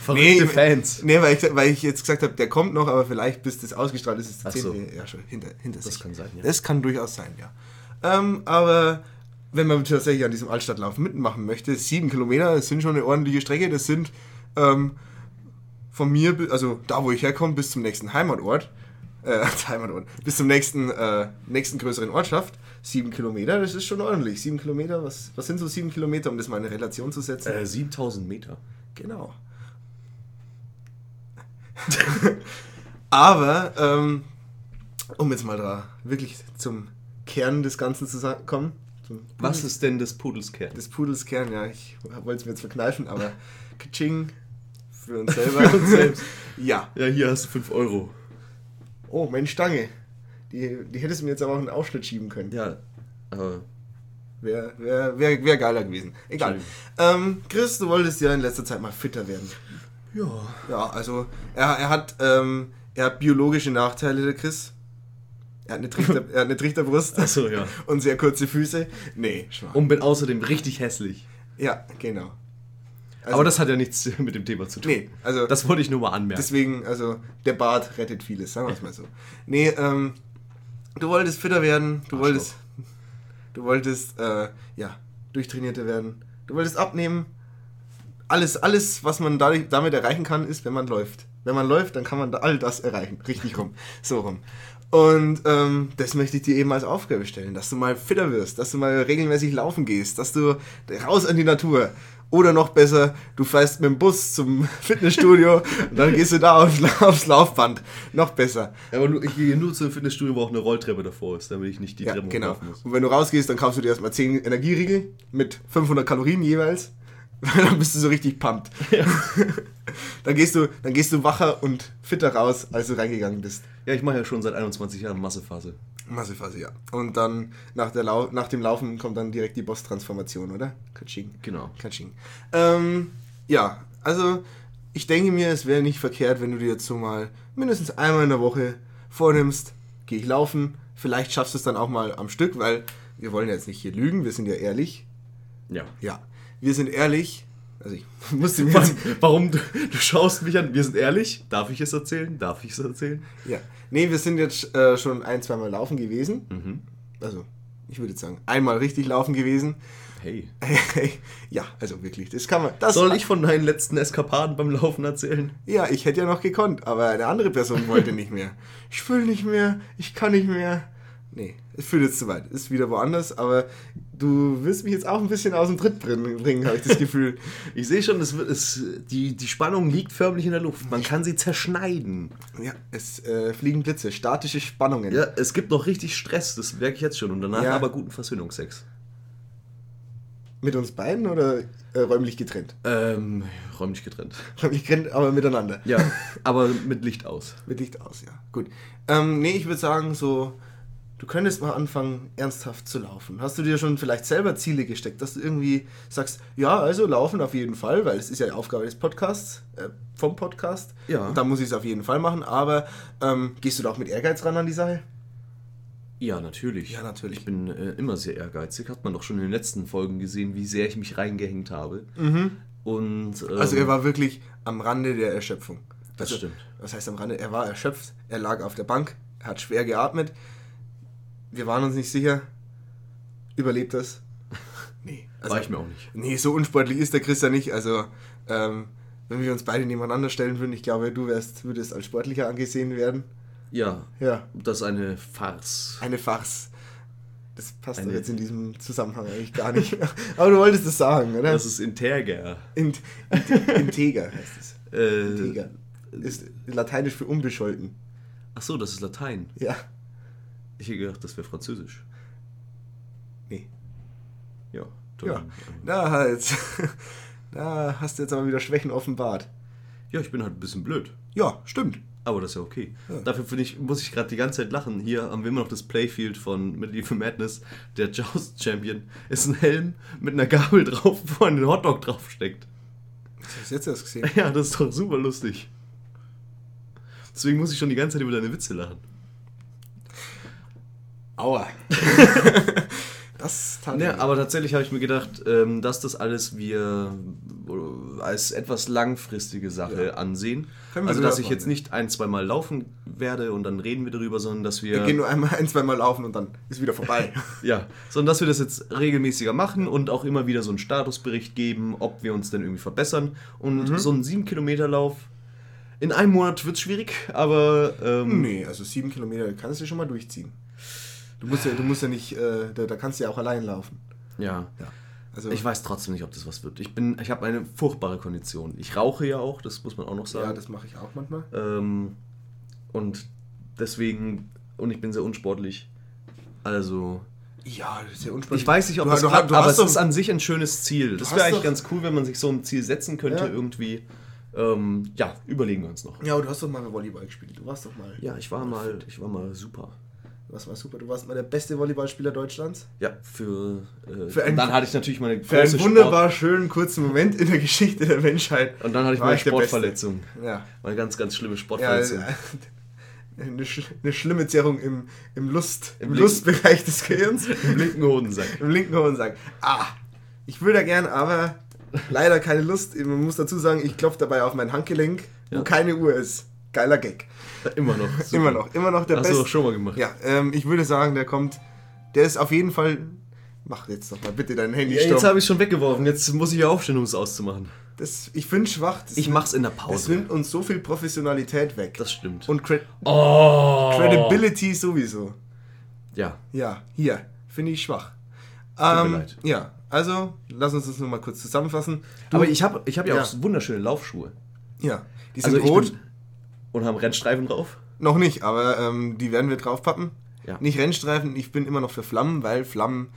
S1: Verrückte
S2: ich-
S1: Fans.
S2: Nee, weil ich, weil ich jetzt gesagt habe, der kommt noch, aber vielleicht bis das ausgestrahlt ist, ist der
S1: Ach so.
S2: 10. Ja, schon hinter, hinter Das
S1: kann sein, ja.
S2: Das kann durchaus sein, ja. Ähm, aber wenn man tatsächlich an diesem Altstadtlauf mitmachen möchte, sieben Kilometer, das sind schon eine ordentliche Strecke, das sind ähm, von mir, bi- also da, wo ich herkomme, bis zum nächsten Heimatort, äh, Heimatort, bis zum nächsten, äh, nächsten größeren Ortschaft, sieben Kilometer, das ist schon ordentlich. Sieben Kilometer, was, was sind so sieben Kilometer, um das mal in eine Relation zu setzen?
S1: Äh, 7000 Meter.
S2: Genau. Aber, ähm, um jetzt mal da wirklich zum Kern des Ganzen zu sa- kommen. Zum
S1: Was ist denn des Pudels Kern?
S2: Des Pudels Kern, ja. Ich wollte es mir jetzt verkneifen, aber Kaching. Für uns selber.
S1: Für uns selbst.
S2: ja.
S1: Ja, hier hast du 5 Euro.
S2: Oh, meine Stange. Die, die hättest du mir jetzt aber auch einen Ausschnitt schieben können.
S1: Ja, äh, aber
S2: Wäre wär, wär, wär geiler gewesen. Egal. Ähm, Chris, du wolltest ja in letzter Zeit mal fitter werden.
S1: ja.
S2: Ja, also er, er, hat, ähm, er hat biologische Nachteile, der Chris. Er hat eine, Trichter, er hat eine Trichterbrust
S1: Achso, ja.
S2: und sehr kurze Füße. Nee, schwach.
S1: Und bin außerdem richtig hässlich.
S2: Ja, genau. Also,
S1: aber das hat ja nichts mit dem Thema zu tun.
S2: Nee, also
S1: Das wollte ich nur mal anmerken.
S2: deswegen, also der Bart rettet vieles, sagen wir es mal so. Nee, ähm, du wolltest fitter werden, du
S1: Arschloch.
S2: wolltest, du wolltest, äh, ja, durchtrainierter werden, du wolltest abnehmen. Alles, alles, was man dadurch, damit erreichen kann, ist, wenn man läuft. Wenn man läuft, dann kann man da all das erreichen. Richtig rum. So rum. Und ähm, das möchte ich dir eben als Aufgabe stellen, dass du mal fitter wirst, dass du mal regelmäßig laufen gehst, dass du raus in die Natur. Oder noch besser, du fährst mit dem Bus zum Fitnessstudio und dann gehst du da aufs, aufs Laufband. Noch besser.
S1: Ja, aber nur, ich gehe nur zum Fitnessstudio, wo auch eine Rolltreppe davor ist, damit ich nicht die
S2: Ja,
S1: Treppe
S2: genau.
S1: hochlaufen muss.
S2: Und wenn du rausgehst, dann kaufst du dir erstmal 10 Energieriegel mit 500 Kalorien jeweils. dann bist du so richtig pumped. dann, gehst du, dann gehst du wacher und fitter raus, als du reingegangen bist.
S1: Ja, ich mache ja schon seit 21 Jahren Massephase.
S2: Massephase, ja. Und dann nach, der Lau nach dem Laufen kommt dann direkt die Boss-Transformation, oder? Katsching.
S1: Genau.
S2: Katsching. Ähm, ja, also ich denke mir, es wäre nicht verkehrt, wenn du dir jetzt so mal mindestens einmal in der Woche vornimmst, gehe ich laufen. Vielleicht schaffst du es dann auch mal am Stück, weil wir wollen ja jetzt nicht hier lügen, wir sind ja ehrlich.
S1: Ja.
S2: Ja, wir sind ehrlich. Also ich musste mir jetzt,
S1: Warum, warum du, du schaust mich an? Wir sind ehrlich. Darf ich es erzählen? Darf ich es erzählen?
S2: ja. Nee, wir sind jetzt äh, schon ein, zweimal laufen gewesen. Also, ich würde jetzt sagen, einmal richtig laufen gewesen.
S1: Hey.
S2: ja, also wirklich, das kann man. Das
S1: Soll ich von deinen letzten Eskapaden beim Laufen erzählen?
S2: Ja, ich hätte ja noch gekonnt, aber eine andere Person wollte nicht mehr. Ich will nicht mehr, ich kann nicht mehr. Nee, es führt jetzt zu weit. Ist wieder woanders, aber du willst mich jetzt auch ein bisschen aus dem Tritt bringen, bringen, habe ich das Gefühl.
S1: Ich sehe schon, es wird, es, die, die Spannung liegt förmlich in der Luft. Man kann sie zerschneiden.
S2: ja, es äh, fliegen Blitze, statische Spannungen.
S1: Ja, es gibt noch richtig Stress, das merke ich jetzt schon. Und danach
S2: Ja.
S1: aber guten Versöhnungsex.
S2: Mit uns beiden oder äh, räumlich getrennt?
S1: Ähm, räumlich getrennt.
S2: Räumlich getrennt, aber miteinander.
S1: Ja, aber mit Licht aus.
S2: Mit Licht aus, ja. Gut. Ähm, nee, ich würde sagen, so, du könntest mal anfangen, ernsthaft zu laufen. Hast du dir schon vielleicht selber Ziele gesteckt, dass du irgendwie sagst, ja, also laufen auf jeden Fall, weil es ist ja die Aufgabe des Podcasts, äh, vom Podcast.
S1: Ja.
S2: Und da muss ich es auf jeden Fall machen, aber ähm, gehst du da auch mit Ehrgeiz ran an die Sache?
S1: Ja, natürlich.
S2: Ja, natürlich.
S1: Ich bin äh, immer sehr ehrgeizig. Hat man doch schon in den letzten Folgen gesehen, wie sehr ich mich reingehängt habe. Und ähm,
S2: Also er war wirklich am Rande der Erschöpfung.
S1: Das
S2: also,
S1: stimmt.
S2: Was heißt am Rande? Er war erschöpft, er lag auf der Bank, er hat schwer geatmet. Wir waren uns nicht sicher, überlebt das? Nee. Also,
S1: war ich mir auch nicht.
S2: Nee, so unsportlich ist der Chris ja nicht. Also, ähm, wenn wir uns beide nebeneinander stellen würden, ich glaube, du wärst, würdest als sportlicher angesehen werden.
S1: Ja,
S2: Ja,
S1: das ist eine Farce.
S2: eine Farce. Das passt doch
S1: Eine-
S2: jetzt in diesem Zusammenhang eigentlich gar nicht. Aber du wolltest es sagen, oder?
S1: Das ist Interger.
S2: Int, int, integer heißt es.
S1: Äh,
S2: Integer. Ist lateinisch für unbescholten.
S1: ach so, das ist Latein.
S2: Ja.
S1: Ich hätte gedacht, das wäre Französisch.
S2: Nee.
S1: Ja,
S2: Ja.
S1: dann, ähm,
S2: Na, halt. Da hast du jetzt aber wieder Schwächen offenbart.
S1: ja, ich bin halt ein bisschen blöd.
S2: Ja, stimmt.
S1: Aber das ist ja okay. Dafür finde ich, muss ich gerade die ganze Zeit lachen. Hier haben wir immer noch das Playfield von Medieval Madness. Der Joust Champion ist ein Helm mit einer Gabel drauf, wo ein Hotdog draufsteckt.
S2: Hast du jetzt erst gesehen?
S1: Ja, das ist doch super lustig. Deswegen muss ich schon die ganze Zeit über deine Witze lachen.
S2: Aua. das tat
S1: Ja,
S2: weh.
S1: aber tatsächlich habe ich mir gedacht, ähm, dass das alles wir äh, als etwas langfristige Sache
S2: Ja.
S1: ansehen.
S2: Können wir
S1: Also,
S2: wieder
S1: dass ich
S2: machen,
S1: jetzt nicht ein, zweimal laufen werde und dann reden wir darüber, sondern dass wir,
S2: Wir gehen nur einmal ein, zweimal laufen und dann ist wieder vorbei.
S1: ja, sondern dass wir das jetzt regelmäßiger machen und auch immer wieder so einen Statusbericht geben, ob wir uns denn irgendwie verbessern.
S2: Mhm.
S1: Und so ein 7-Kilometer-Lauf in einem Monat wird es schwierig, aber ähm,
S2: nee, also sieben Kilometer kannst du schon mal durchziehen. Du musst ja, du musst ja nicht, äh, da, da kannst du ja auch allein laufen.
S1: ja.
S2: Ja. Also,
S1: Ich weiß trotzdem nicht, ob das was wird. Ich bin, ich habe eine furchtbare Kondition. Ich rauche ja auch, das muss man auch noch sagen.
S2: ja, das mache ich auch manchmal.
S1: Ähm, und deswegen, und ich bin sehr unsportlich. Also,
S2: Ja, das ist ja unspannend.
S1: ich weiß nicht, ob
S2: du,
S1: das
S2: du,
S1: klappt,
S2: du
S1: aber
S2: hast
S1: es
S2: doch-
S1: ist an sich ein schönes Ziel. Das
S2: hast
S1: wäre eigentlich
S2: doch-
S1: ganz cool, wenn man sich so ein Ziel setzen könnte,
S2: Ja.
S1: irgendwie. Ähm, ja, überlegen wir uns noch.
S2: Ja, aber du hast doch mal Volleyball gespielt. Du warst doch mal.
S1: Ja, ich war mal, ich war mal super.
S2: Du warst mal super. Du warst mal der beste Volleyballspieler Deutschlands.
S1: Ja, für, äh,
S2: Für einen-
S1: und dann hatte ich natürlich meine
S2: Für einen
S1: große
S2: wunderbar schönen kurzen Moment in der Geschichte der Menschheit.
S1: Sport und dann hatte ich
S2: war
S1: meine
S2: ich der Beste.
S1: Sportverletzung.
S2: Ja.
S1: Meine ganz, ganz schlimme
S2: ja
S1: Sportverletzung.
S2: äh, eine, sch eine schlimme Zerrung im, im, Lust,
S1: Im
S2: im
S1: linken-
S2: Lustbereich des Gehirns.
S1: Im linken Hodensack.
S2: im linken Hohensack. Ah, ich würde gern, aber leider keine Lust. Man muss dazu sagen, ich klopfe dabei auf mein Handgelenk,
S1: Ja.
S2: wo keine Uhr ist. Geiler Gag.
S1: Immer noch. super.
S2: Immer noch, immer noch der
S1: Hast du
S2: beste.
S1: doch schon mal gemacht.
S2: Ja, ähm, ich würde sagen, der kommt. Der ist auf jeden Fall. Mach jetzt doch mal bitte dein Handy
S1: Ja, jetzt
S2: stumm.
S1: habe ich schon weggeworfen. Jetzt muss ich ja aufstehen, um es auszumachen.
S2: Das, ich bin schwach. Das
S1: Ich mach's in der Pause.
S2: Das nimmt uns so viel Professionalität weg.
S1: Das stimmt.
S2: Und Cred
S1: oh.
S2: Credibility sowieso.
S1: Ja,
S2: Ja, hier. Finde ich schwach.
S1: mir
S2: Ähm,
S1: leid.
S2: Ja, also lass uns das nur mal kurz zusammenfassen. Du-
S1: aber ich habe ich hab ja,
S2: Ja.
S1: auch wunderschöne Laufschuhe.
S2: Ja, die sind
S1: Also ich
S2: rot.
S1: bin, und haben Rennstreifen drauf.
S2: Noch nicht, aber ähm, die werden wir draufpappen.
S1: Ja.
S2: Nicht Rennstreifen, ich bin immer noch für Flammen, weil Flammen,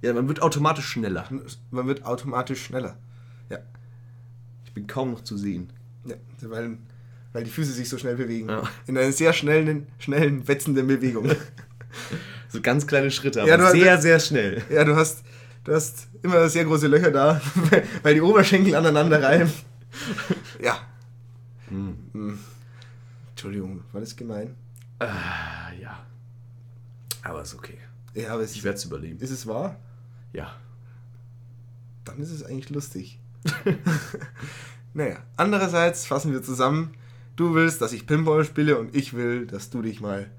S1: Ja, man wird automatisch schneller.
S2: man wird automatisch schneller. Ja,
S1: Ich bin kaum noch zu sehen.
S2: ja weil, weil die Füße sich so schnell bewegen.
S1: Ja.
S2: In einer sehr schnellen, schnellen, wetzenden Bewegung.
S1: So ganz kleine Schritte, aber
S2: Ja, du hast-
S1: sehr, sehr schnell.
S2: Ja, du hast, du hast immer sehr große Löcher da, weil- weil die Oberschenkel aneinander reiben. Ja. Hm. Entschuldigung, war das gemein?
S1: Ah, ja. Aber ist okay.
S2: Ja, aber es
S1: Ich
S2: ist,
S1: werde es überleben.
S2: ist es wahr?
S1: Ja.
S2: Dann ist es eigentlich lustig. naja, andererseits fassen wir zusammen. Du willst, dass ich Pinball spiele und ich will, dass du dich mal...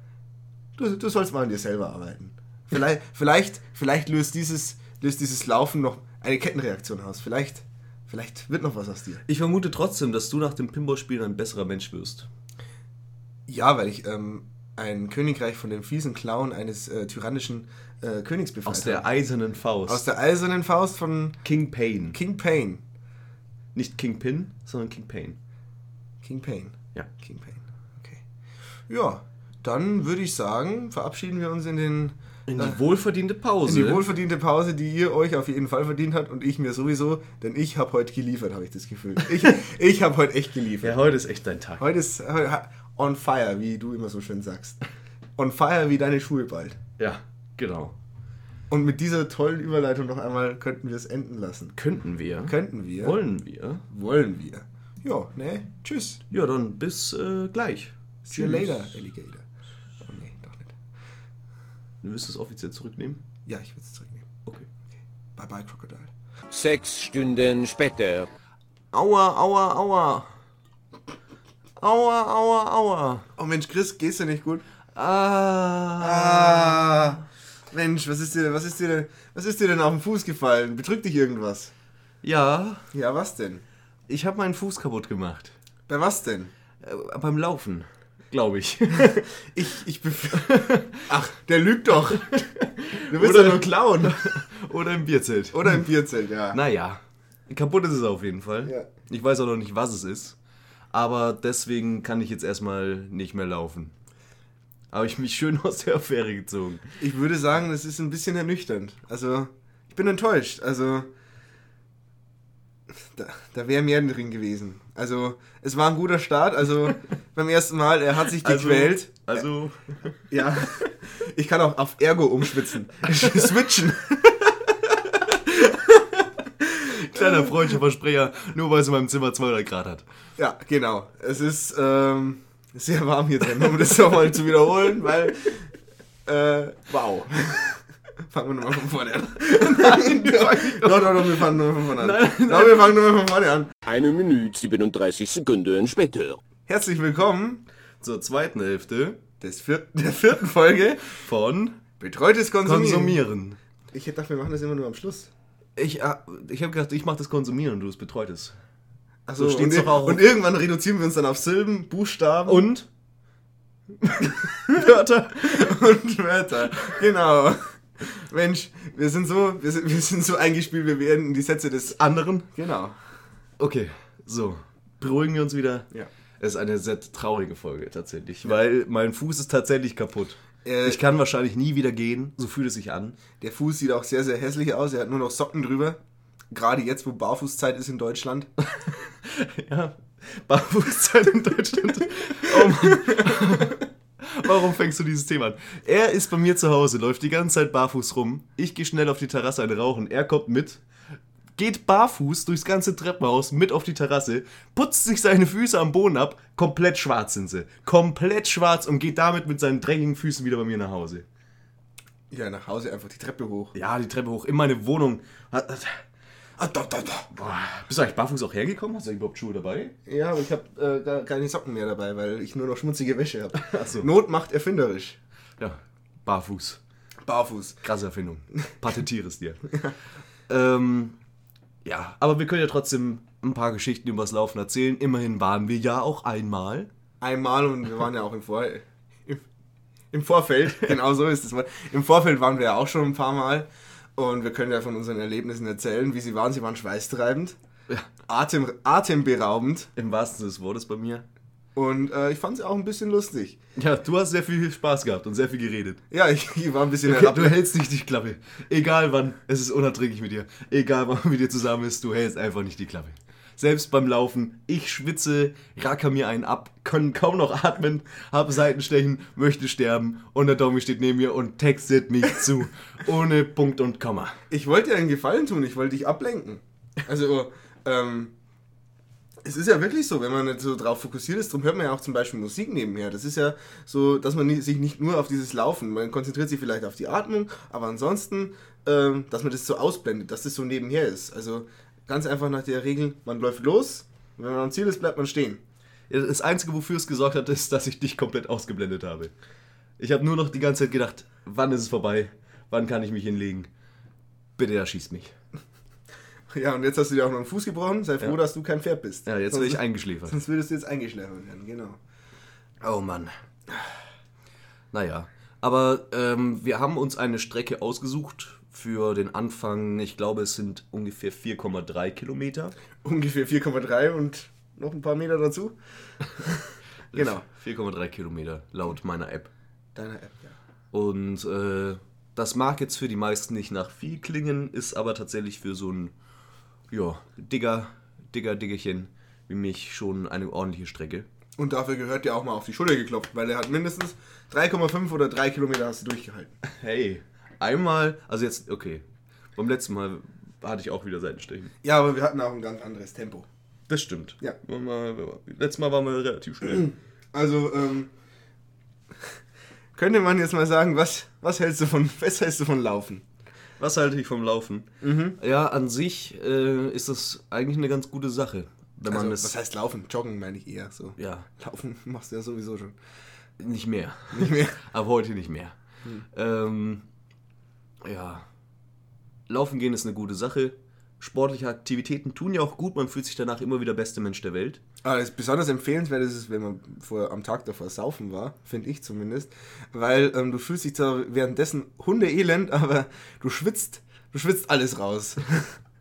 S2: Du, du sollst mal an dir selber arbeiten. Vielleicht, vielleicht, vielleicht löst, dieses, löst dieses Laufen noch eine Kettenreaktion aus. Vielleicht, vielleicht wird noch was aus dir.
S1: Ich vermute trotzdem, dass du nach dem Pinballspielen ein besserer Mensch wirst.
S2: Ja, weil ich ähm, ein Königreich von dem fiesen Clown eines äh, tyrannischen äh, Königs befreit
S1: Aus der
S2: habe.
S1: eisernen Faust.
S2: Aus der eisernen Faust von
S1: King Pain.
S2: King Pain.
S1: Nicht King Pin, sondern King Pain.
S2: King Pain.
S1: Ja.
S2: King Pain. Okay. Ja, dann würde ich sagen, verabschieden wir uns in den
S1: In die wohlverdiente
S2: in
S1: Pause.
S2: die wohlverdiente Pause, die ihr euch auf jeden Fall verdient habt und ich mir sowieso, denn ich habe heute geliefert, habe ich das Gefühl. Ich, ich habe heute echt geliefert.
S1: ja, heute ist echt dein Tag.
S2: Heute ist heute, ha- on fire, wie du immer so schön sagst. On fire wie deine Schuhe bald.
S1: Ja, genau.
S2: Und mit dieser tollen Überleitung noch einmal könnten wir es enden lassen.
S1: Könnten wir.
S2: Könnten wir.
S1: Wollen wir.
S2: Wollen wir. Ja, ne? Tschüss.
S1: Ja, dann bis äh, gleich.
S2: See you
S1: Tschüss.
S2: later, Alligator. Oh nee, doch nicht.
S1: Du wirst es offiziell zurücknehmen?
S2: Ja, ich würde es zurücknehmen.
S1: Okay.
S2: Bye bye, Crocodile.
S3: Sechs Stunden später.
S1: Aua, aua, aua. Aua, aua, aua.
S2: Oh Mensch, Chris, gehst du nicht gut?
S1: Ah.
S2: Ah, Mensch, was ist dir, was ist dir denn, was ist dir denn auf den Fuß gefallen? Bedrückt dich irgendwas?
S1: Ja,
S2: Ja, was denn?
S1: ich habe meinen Fuß kaputt gemacht.
S2: Bei was denn?
S1: Äh, beim Laufen, glaube ich.
S2: Ich, ich bef- Ach, der lügt doch. Du willst
S1: Oder-
S2: ja nur klauen.
S1: Oder im Bierzelt.
S2: Oder im Bierzelt, ja.
S1: Naja, kaputt ist es auf jeden Fall.
S2: Ja.
S1: Ich weiß auch noch nicht, was es ist. Aber deswegen kann ich jetzt erstmal nicht mehr laufen. Habe ich mich schön aus der Affäre gezogen.
S2: Ich würde sagen, das ist ein bisschen ernüchternd. Also, ich bin enttäuscht. Also, da, da wäre mehr drin gewesen. Also, es war ein guter Start. Also, beim ersten Mal, er hat sich gequält.
S1: Also,
S2: Ja. Ich kann auch auf Ergo umschwitzen. Switchen.
S1: kleiner freundlicher Versprecher, nur weil es in meinem Zimmer 200 Grad hat.
S2: Ja, genau. Es ist ähm, sehr warm hier drin, um das nochmal zu wiederholen, weil. Äh, wow. Fangen wir nochmal von vorne an. Nein, doch, doch, doch, wir fangen nochmal von vorne an. Nein, Doch, wir fangen nochmal von vorne an.
S3: Eine Minute 37 Sekunden später.
S2: Herzlich willkommen
S1: Zur zweiten Hälfte
S2: des vier der vierten Folge
S1: von
S2: Betreutes Konsumieren.
S1: Konsumieren.
S2: Ich hätte gedacht, wir machen das immer nur am Schluss.
S1: Ich, äh, ich habe gedacht, ich mache das Konsumieren und du es betreutes.
S2: Achso,
S1: So
S2: Also, und,
S1: steht's doch auch.
S2: und irgendwann reduzieren wir uns dann auf Silben, Buchstaben
S1: Und? Wörter.
S2: und Wörter. Genau. Mensch, wir sind so, wir sind, wir sind so eingespielt, wir werden die Sätze des...
S1: Anderen?
S2: Genau.
S1: Okay, so. Beruhigen wir uns wieder.
S2: Ja.
S1: Es ist eine sehr traurige Folge tatsächlich, weil mein Fuß ist tatsächlich kaputt.
S2: Äh,
S1: ich kann wahrscheinlich nie wieder gehen, so fühlt es sich an.
S2: Der Fuß sieht auch sehr, sehr hässlich aus. Er hat nur noch Socken drüber. Gerade jetzt, wo Barfußzeit ist in Deutschland.
S1: Ja. Barfußzeit in Deutschland. Oh Mann. Warum fängst du dieses Thema an? Er ist bei mir zu Hause, läuft die ganze Zeit barfuß rum. Ich gehe schnell auf die Terrasse eine rauchen. Er kommt mit, geht barfuß durchs ganze Treppenhaus mit auf die Terrasse, putzt sich seine Füße am Boden ab, komplett schwarz sind sie. Komplett schwarz und geht damit mit seinen dreckigen Füßen wieder bei mir nach Hause.
S2: Ja, nach Hause einfach die Treppe hoch.
S1: Ja, die Treppe hoch in meine Wohnung. Hat- hat-
S2: Ah, da, da, da.
S1: Boah. Bist du eigentlich barfuß auch hergekommen? Hast du überhaupt Schuhe dabei?
S2: Ja, aber ich habe äh, gar keine Socken mehr dabei, weil ich nur noch schmutzige Wäsche habe.
S1: Ach so.
S2: Not macht erfinderisch.
S1: Ja, barfuß.
S2: Barfuß.
S1: Krasse Erfindung. Patentiere es dir. ähm, ja, aber wir können ja trotzdem ein paar Geschichten übers Laufen erzählen. Immerhin waren wir ja auch einmal.
S2: Einmal und wir waren ja auch im Vor im, im Vorfeld. Genau so ist es mal. Im Vorfeld waren wir ja auch schon ein paar Mal und wir können ja von unseren Erlebnissen erzählen, wie sie waren. Sie waren schweißtreibend, atem, atemberaubend
S1: Im wahrsten Sinne des Wortes bei mir.
S2: und äh, ich fand sie auch ein bisschen lustig.
S1: Ja, du hast sehr viel Spaß gehabt und sehr viel geredet.
S2: Ja, ich, ich war ein bisschen
S1: Du
S2: herab.
S1: hältst nicht die Klappe. Egal wann, es ist unerträglich mit dir. Egal wann man mit dir zusammen ist, du hältst einfach nicht die Klappe. selbst beim Laufen. Ich schwitze, racker mir einen ab, kann kaum noch atmen, habe Seitenstechen, möchte sterben und der Tommy steht neben mir und textet mich zu. Ohne Punkt und Komma.
S2: Ich wollte dir einen Gefallen tun, ich wollte dich ablenken. Also, ähm, es ist ja wirklich so, wenn man nicht so drauf fokussiert ist, darum hört man ja auch zum Beispiel Musik nebenher. Das ist ja so, dass man nie- sich nicht nur auf dieses Laufen, man konzentriert sich vielleicht auf die Atmung, aber ansonsten, ähm, dass man das so ausblendet, dass das so nebenher ist. Also ganz einfach nach der Regel, man läuft los, und wenn man am Ziel ist, bleibt man stehen.
S1: Ja, Das Einzige, wofür es gesorgt hat, ist, dass ich dich komplett ausgeblendet habe. Ich habe nur noch die ganze Zeit gedacht, wann ist es vorbei? Wann kann ich mich hinlegen? Bitte erschieß mich.
S2: Ja, und jetzt hast du dir auch noch einen Fuß gebrochen, sei froh,
S1: Ja.
S2: dass du kein Pferd bist.
S1: Ja, jetzt
S2: Sonst-
S1: werde ich eingeschläfert.
S2: Sonst würdest du jetzt eingeschläfert werden, genau.
S1: Oh Mann. Naja, aber ähm, wir haben uns eine Strecke ausgesucht für den Anfang. Ich glaube, es sind ungefähr 4,3 Kilometer.
S2: Ungefähr 4,3 und noch ein paar Meter dazu. genau.
S1: 4,3 Kilometer laut meiner App.
S2: Deine App, ja.
S1: Und äh, das mag jetzt für die meisten nicht nach viel klingen, ist aber tatsächlich für so ein ja, Digger, Digger, Diggerchen wie mich schon eine ordentliche Strecke.
S2: Und dafür gehört dir auch mal auf die Schulter geklopft, weil er hat mindestens 3,5 oder 3 Kilometer hast du durchgehalten.
S1: Hey, einmal, also jetzt, okay, beim letzten Mal hatte ich auch wieder Seitenstechen.
S2: Ja, aber wir hatten auch ein ganz anderes Tempo.
S1: Das stimmt.
S2: Ja.
S1: War Mal, letztes Mal waren wir relativ schnell.
S2: Also, ähm, könnte man jetzt mal sagen, was, was hältst du von, was hältst du von Laufen?
S1: Was halte ich vom Laufen?
S2: Mhm.
S1: Ja, an sich äh, ist das eigentlich eine ganz gute Sache, wenn man
S2: also, was
S1: es
S2: heißt Laufen? Joggen meine ich eher so.
S1: ja
S2: Laufen machst du ja sowieso schon.
S1: nicht mehr.
S2: Nicht mehr. Hm.
S1: Ab heute nicht mehr. Ähm, ja. Laufen gehen ist eine gute Sache. Sportliche Aktivitäten tun ja auch gut. Man fühlt sich danach immer wieder beste Mensch der Welt.
S2: Aber Ah, das besonders empfehlenswert ist es, wenn man vor, am Tag davor saufen war, finde ich zumindest, weil ähm, du fühlst dich zwar währenddessen hundeelend, aber du schwitzt, du schwitzt alles raus.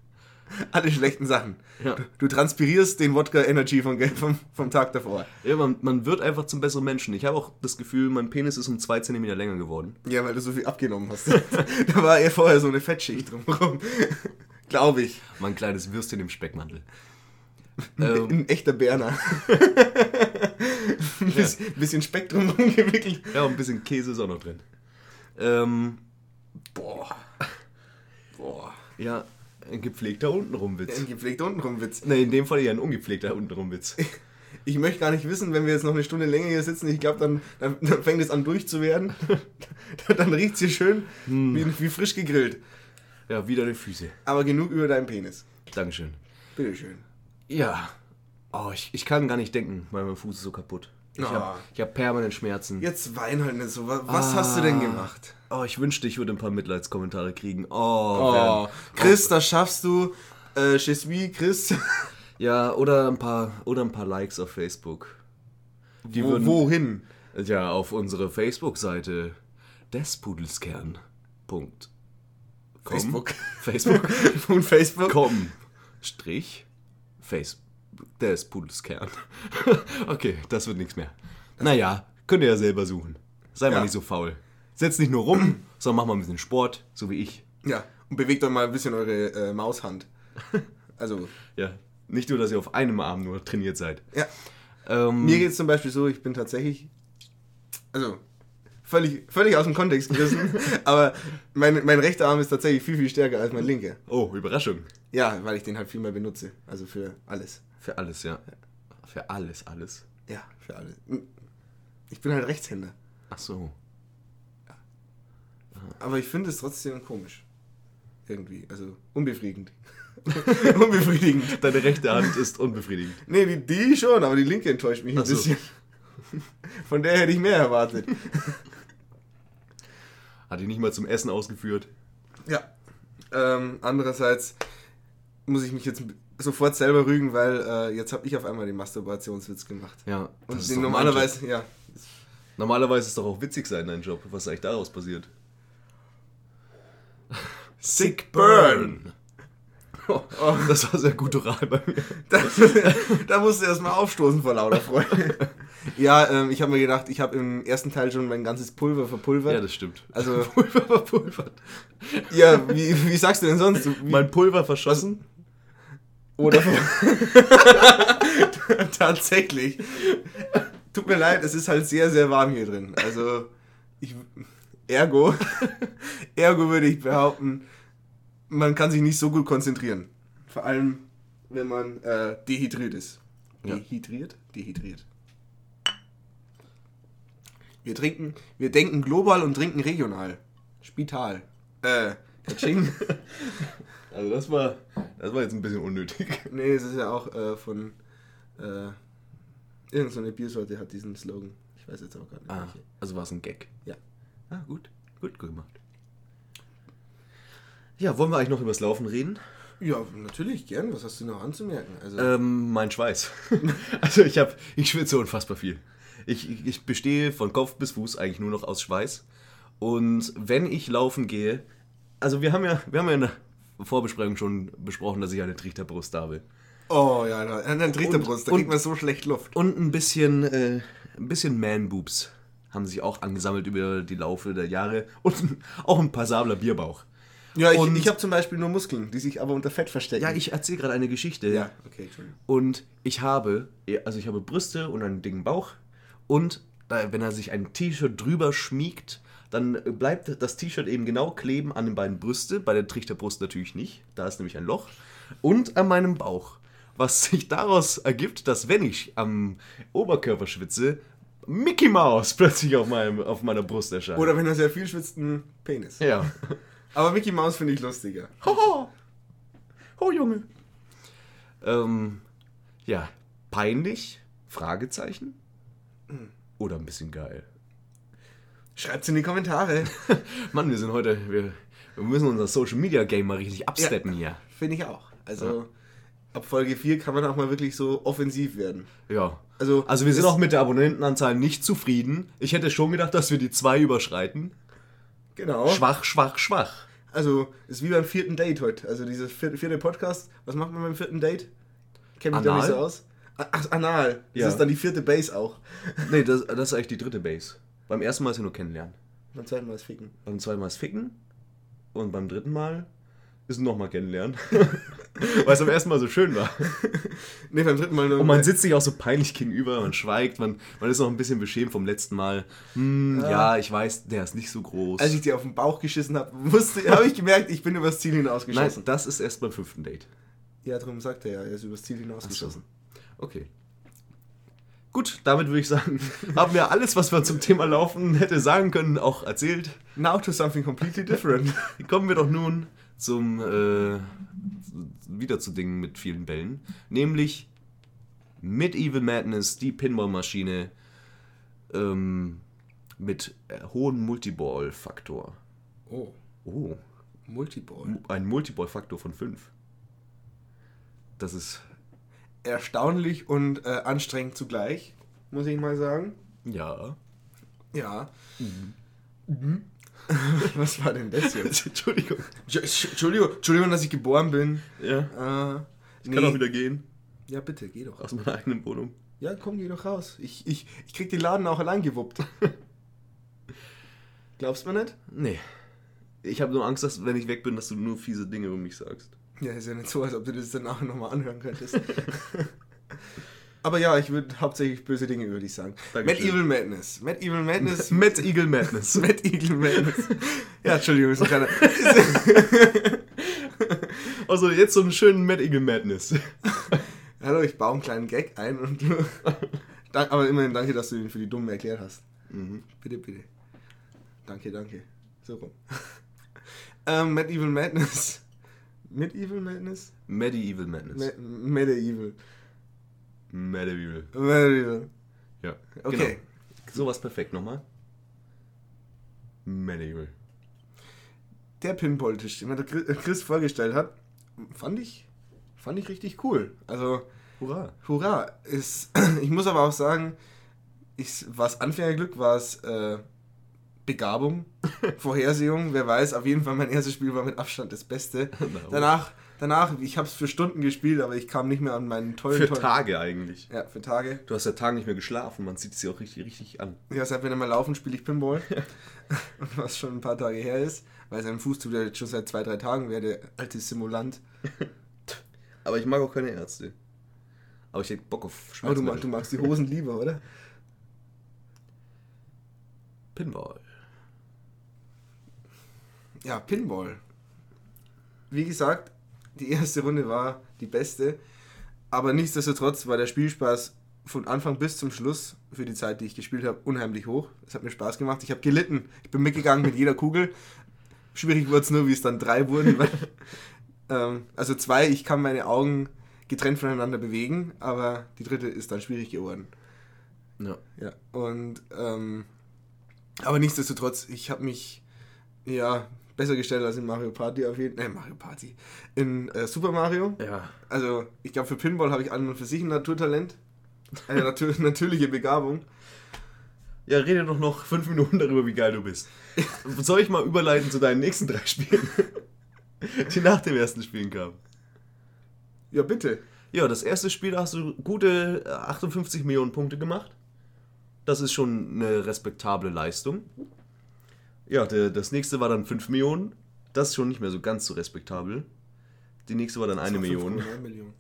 S2: Alle schlechten Sachen.
S1: Ja.
S2: Du, du transpirierst den Wodka Energy vom, vom, vom Tag davor.
S1: Ja, man, man wird einfach zum besseren Menschen. Ich habe auch das Gefühl, mein Penis ist um zwei Zentimeter länger geworden.
S2: Ja, weil du so viel abgenommen hast. da war eher vorher so eine Fettschicht drumherum. Glaube ich.
S1: Mein kleines Würstchen im Speckmantel.
S2: Ein-
S1: Ähm,
S2: Ein echter Berner. Ein bisschen, bisschen Speck drumherum gewickelt.
S1: ja, und ein bisschen Käse ist auch noch drin. Ähm, boah.
S2: Boah.
S1: Ja, ein gepflegter
S2: Ein
S1: Untenrumwitz.
S2: gepflegt untenrum Witz.
S1: Ne, in dem Fall eher ein ungepflegter Untenrumwitz.
S2: Ich möchte gar nicht wissen, wenn wir jetzt noch eine Stunde länger hier sitzen, ich glaube, dann, dann, dann fängt es an durchzuwerden. dann riecht es hier schön wie, wie frisch gegrillt.
S1: Ja, wieder die Füße.
S2: Aber genug über deinen Penis.
S1: Dankeschön.
S2: Bitteschön.
S1: Ja. Oh, ich, ich kann gar nicht denken, weil mein Fuß ist so kaputt. Ich
S2: Ah.
S1: habe hab permanent Schmerzen.
S2: Jetzt wein halt nicht so. Wa- Was hast du denn gemacht?
S1: Oh, ich wünschte, ich würde ein paar Mitleidskommentare kriegen. Oh,
S2: Oh,
S1: Bernd.
S2: Chris, das schaffst du. Äh, je suis Chris.
S1: Ja, oder ein paar oder ein paar Likes auf Facebook. Die
S2: Wo, wohin?
S1: ja auf unsere Facebook-Seite des Pudelskern. Punkt. com.
S2: Facebook.
S1: Facebook.
S2: Von Facebook.
S1: com. Strich. Face. Des Pudelskern. okay, das wird nichts mehr. Naja, könnt ihr ja selber suchen. Sei
S2: Ja.
S1: mal nicht so faul. Setzt nicht nur rum, sondern macht mal ein bisschen Sport, so wie ich.
S2: Ja, und bewegt doch mal ein bisschen eure äh, Maushand. Also,
S1: Ja. Nicht nur, dass ihr auf einem Arm nur trainiert seid.
S2: ja.
S1: Ähm,
S2: Mir geht es zum Beispiel so, ich bin tatsächlich, also völlig, völlig aus dem Kontext gerissen, aber mein, mein rechter Arm ist tatsächlich viel, viel stärker als mein linker.
S1: oh, Überraschung.
S2: Ja, weil ich den halt viel mehr benutze. Also für alles.
S1: Für alles, ja. Für alles, alles.
S2: Ja, für alles. Hm. Ich bin halt Rechtshänder.
S1: Ach so.
S2: Aber ich finde es trotzdem komisch. Irgendwie. Also unbefriedigend. unbefriedigend.
S1: Deine rechte Hand ist unbefriedigend.
S2: Nee, die, die schon, aber die linke enttäuscht mich ein
S1: Ach so.
S2: bisschen. Von der hätte ich mehr erwartet.
S1: Hat ihn nicht mal zum Essen ausgeführt.
S2: Ja. Ähm, andererseits muss ich mich jetzt sofort selber rügen, weil äh, jetzt habe ich auf einmal den Masturbationswitz gemacht.
S1: Ja. das
S2: Und
S1: ist
S2: den
S1: doch mein
S2: normalerweise, ja.
S1: Job. Normalerweise ist doch auch witzig sein, dein Job. Was ist eigentlich daraus passiert? Sick
S2: burn.
S1: Oh, das war sehr guttural bei mir.
S2: Da, da musst du erstmal aufstoßen vor lauter Freude. ja, ähm, ich habe mir gedacht, ich habe im ersten Teil schon mein ganzes Pulver verpulvert.
S1: Ja, das stimmt.
S2: also,
S1: Pulver verpulvert.
S2: ja, wie, wie sagst du denn sonst? Wie,
S1: Mein Pulver verschossen?
S2: Oder tatsächlich. Tut mir leid, es ist halt sehr, sehr warm hier drin. Also, ich, ergo, ergo würde ich behaupten, man kann sich nicht so gut konzentrieren. Vor allem, wenn man äh, dehydriert ist.
S1: Ja.
S2: Dehydriert? Dehydriert. Wir trinken, wir denken global und trinken regional. Spital. Äh, Kaching.
S1: Also das war, das war jetzt ein bisschen unnötig.
S2: Nee, es ist ja auch äh, von äh, irgendeine Biersorte hat diesen Slogan. Ich weiß jetzt aber gar nicht.
S1: Ah,
S2: welche.
S1: also war es ein Gag.
S2: Ja.
S1: Ah, gut. Gut gemacht. Ja, wollen wir eigentlich noch über das Laufen reden?
S2: Ja, natürlich, gern. Was hast du noch anzumerken? Also,
S1: Ähm, mein Schweiß. also ich habe, ich schwitze unfassbar viel. Ich, ich- ich bestehe von Kopf bis Fuß eigentlich nur noch aus Schweiß. Und wenn ich laufen gehe, also wir haben ja, wir haben ja in der Vorbesprechung schon besprochen, dass ich eine Trichterbrust habe.
S2: oh ja, da, an der dritten
S1: Und-
S2: Brust, da
S1: und-
S2: kriegt man so schlecht Luft.
S1: Und ein bisschen, äh, ein bisschen Man-Boobs haben sich auch angesammelt über die Laufe der Jahre. Und auch ein passabler Bierbauch.
S2: Ja, ich,
S1: und-
S2: ich habe zum Beispiel nur Muskeln, die sich aber unter Fett verstecken.
S1: Ja, ich erzähle gerade eine Geschichte.
S2: Ja, okay, Entschuldigung.
S1: Und ich habe, also ich habe Brüste und einen dicken Bauch. Und da, wenn er sich ein T-Shirt drüber schmiegt, dann bleibt das T-Shirt eben genau kleben an den beiden Brüste. Bei der Trichterbrust natürlich nicht. Da ist nämlich ein Loch. Und an meinem Bauch. Was sich daraus ergibt, dass wenn ich am Oberkörper schwitze, Mickey Mouse plötzlich auf, meinem, auf meiner Brust erscheint.
S2: Oder wenn er sehr viel schwitzt, ein Penis.
S1: ja.
S2: Aber Mickey Mouse finde ich lustiger.
S1: Hoho! Ho, Junge! Ähm, ja, peinlich? Fragezeichen? Oder ein bisschen geil?
S2: Schreibt's in die Kommentare.
S1: Mann, wir sind heute, wir, wir müssen unser Social Media Game mal richtig absteppen
S2: finde ich auch. Also, ab Folge 4 kann man auch mal wirklich so offensiv werden.
S1: hier. Ja.
S2: Also,
S1: Also wir sind
S2: es-
S1: auch mit der Abonnentenanzahl nicht zufrieden. Ich hätte schon gedacht, dass wir die zwei überschreiten.
S2: Genau.
S1: Schwach, schwach, schwach.
S2: Also, ist wie beim vierten Date heute. Also, dieses vierte, vierte Podcast. Was macht man beim vierten Date? Kennt mich da
S1: Anal?
S2: nicht so aus. A- Ach, anal. Das
S1: Ja.
S2: ist dann die vierte Base auch.
S1: Nee, das, das ist eigentlich die dritte Base. Beim ersten Mal ist ja nur kennenlernen.
S2: Beim zweiten Mal ist Ficken.
S1: Beim zweiten Mal ist ficken. Und beim dritten Mal ist nochmal kennenlernen. Weil es am ersten Mal so schön war.
S2: Nee, beim dritten Mal nur.
S1: Und man sitzt sich auch so peinlich gegenüber, man schweigt, man, man ist noch ein bisschen beschämt vom letzten Mal. Hm, ja. Also ich weiß, der ist nicht so groß.
S2: Als ich dir auf den Bauch geschissen habe, habe ich gemerkt, ich bin übers Ziel
S1: Nein,
S2: hinausgeschossen.
S1: das ist erst beim fünften Date.
S2: Ja, darum sagt er ja, er ist übers Ziel hinausgeschossen.
S1: Okay. Gut, damit würde ich sagen, haben wir alles, was man zum Thema Laufen hätte sagen können, auch erzählt.
S2: Now to something completely different.
S1: Kommen wir doch nun zum äh, wieder zu Dingen mit vielen Bällen, nämlich Medieval Madness, die Pinball-Maschine ähm, mit äh, hohem Multiball-Faktor.
S2: Oh,
S1: Oh,
S2: Multiball.
S1: ein Multiball-Faktor von 5. Das ist,
S2: Erstaunlich und äh, anstrengend zugleich, muss ich mal sagen.
S1: ja.
S2: Ja. Mhm. Was war denn das jetzt?
S1: Entschuldigung.
S2: Ja, Entsch- Entschuldigung, Entschuldigung, dass ich geboren bin.
S1: Ja,
S2: Äh, ich
S1: kann auch wieder gehen
S2: Ja, bitte, geh doch.
S1: aus meiner eigenen Wohnung.
S2: Ja, komm, geh doch raus. Ich, ich, ich krieg den Laden auch allein gewuppt. Glaubst du mir nicht?
S1: Nee. Ich habe nur Angst, dass wenn ich weg bin, dass du nur fiese Dinge über mich sagst.
S2: Ja, ist ja nicht so, als ob du das danach nochmal anhören könntest. Aber ja, ich würde hauptsächlich böse Dinge über dich sagen. Mad
S1: Dankeschön.
S2: Evil Madness. Mad Evil Madness.
S1: Mad Eagle Madness.
S2: Mad Evil Madness. Ja, Entschuldigung, ist ein kleiner.
S1: Also jetzt so einen schönen Mad Eagle Madness.
S2: Hallo, ich baue einen kleinen Gag ein und du. Dank- Aber immerhin danke, dass du ihn für die Dummen erklärt hast. Bitte, bitte. Danke, danke. So rum. ähm, Medieval Madness. Medieval Madness?
S1: Medieval Madness.
S2: Me Medieval.
S1: Medieval.
S2: Medieval.
S1: Ja.
S2: Okay.
S1: Genau. Sowas perfekt nochmal. Medieval.
S2: Der Pinballtisch, den mir der Chris- äh, Chris vorgestellt hat, fand ich, fand ich richtig cool. Also,
S1: Hurra.
S2: Hurra! Ist, ich muss aber auch sagen, ich, was Anfängerglück war es äh, Begabung, Vorhersehung, wer weiß. Auf jeden Fall mein erstes Spiel war mit Abstand das Beste.
S1: oh.
S2: Danach, danach, ich habe es für Stunden gespielt, aber ich kam nicht mehr an meinen tollen
S1: Für
S2: tollen-
S1: Tage eigentlich.
S2: Ja, für Tage.
S1: Du hast ja Tage nicht mehr geschlafen, man sieht es dir auch richtig, richtig an.
S2: Ja, seit wir nicht mehr laufen, spiele ich Pinball. Und was schon ein paar Tage her ist, weil sein Fuß tut ja jetzt schon seit zwei, drei Tagen wäre, der alte Simulant.
S1: Aber ich mag auch keine Ärzte. Aber ich hätte Bock auf
S2: Aber du,
S1: Schmerzmittel.
S2: mag, du magst die Hosen lieber, oder?
S1: Pinball.
S2: Ja, Pinball. Wie gesagt, die erste Runde war die beste, aber nichtsdestotrotz war der Spielspaß von Anfang bis zum Schluss für die Zeit, die ich gespielt habe, unheimlich hoch. Es hat mir Spaß gemacht. Ich habe gelitten. Ich bin mitgegangen mit jeder Kugel. Schwierig wurde es nur, wie es dann drei wurden. Weil, ähm, also zwei, ich kann meine Augen getrennt voneinander bewegen, aber die dritte ist dann schwierig geworden.
S1: Ja.
S2: Ja, und ähm, aber nichtsdestotrotz, ich habe mich ja besser gestellt als in Mario Party auf jeden Fall. Nein, Mario Party. In äh, Super Mario.
S1: Ja.
S2: Also, ich glaube, für Pinball habe ich an und für sich ein Naturtalent. Eine natür natürliche Begabung.
S1: Ja, rede doch noch fünf Minuten darüber, wie geil du bist. Soll ich mal überleiten zu deinen nächsten drei Spielen, die nach dem ersten Spielen kamen?
S2: Ja, bitte.
S1: Ja, das erste Spiel da hast du gute äh, 58 Millionen Punkte gemacht. Das ist schon eine respektable Leistung. Ja, der, das nächste war dann 5 Millionen. Das ist schon nicht mehr so ganz so respektabel. Die nächste war dann eine Million.
S2: 5,9 Millionen.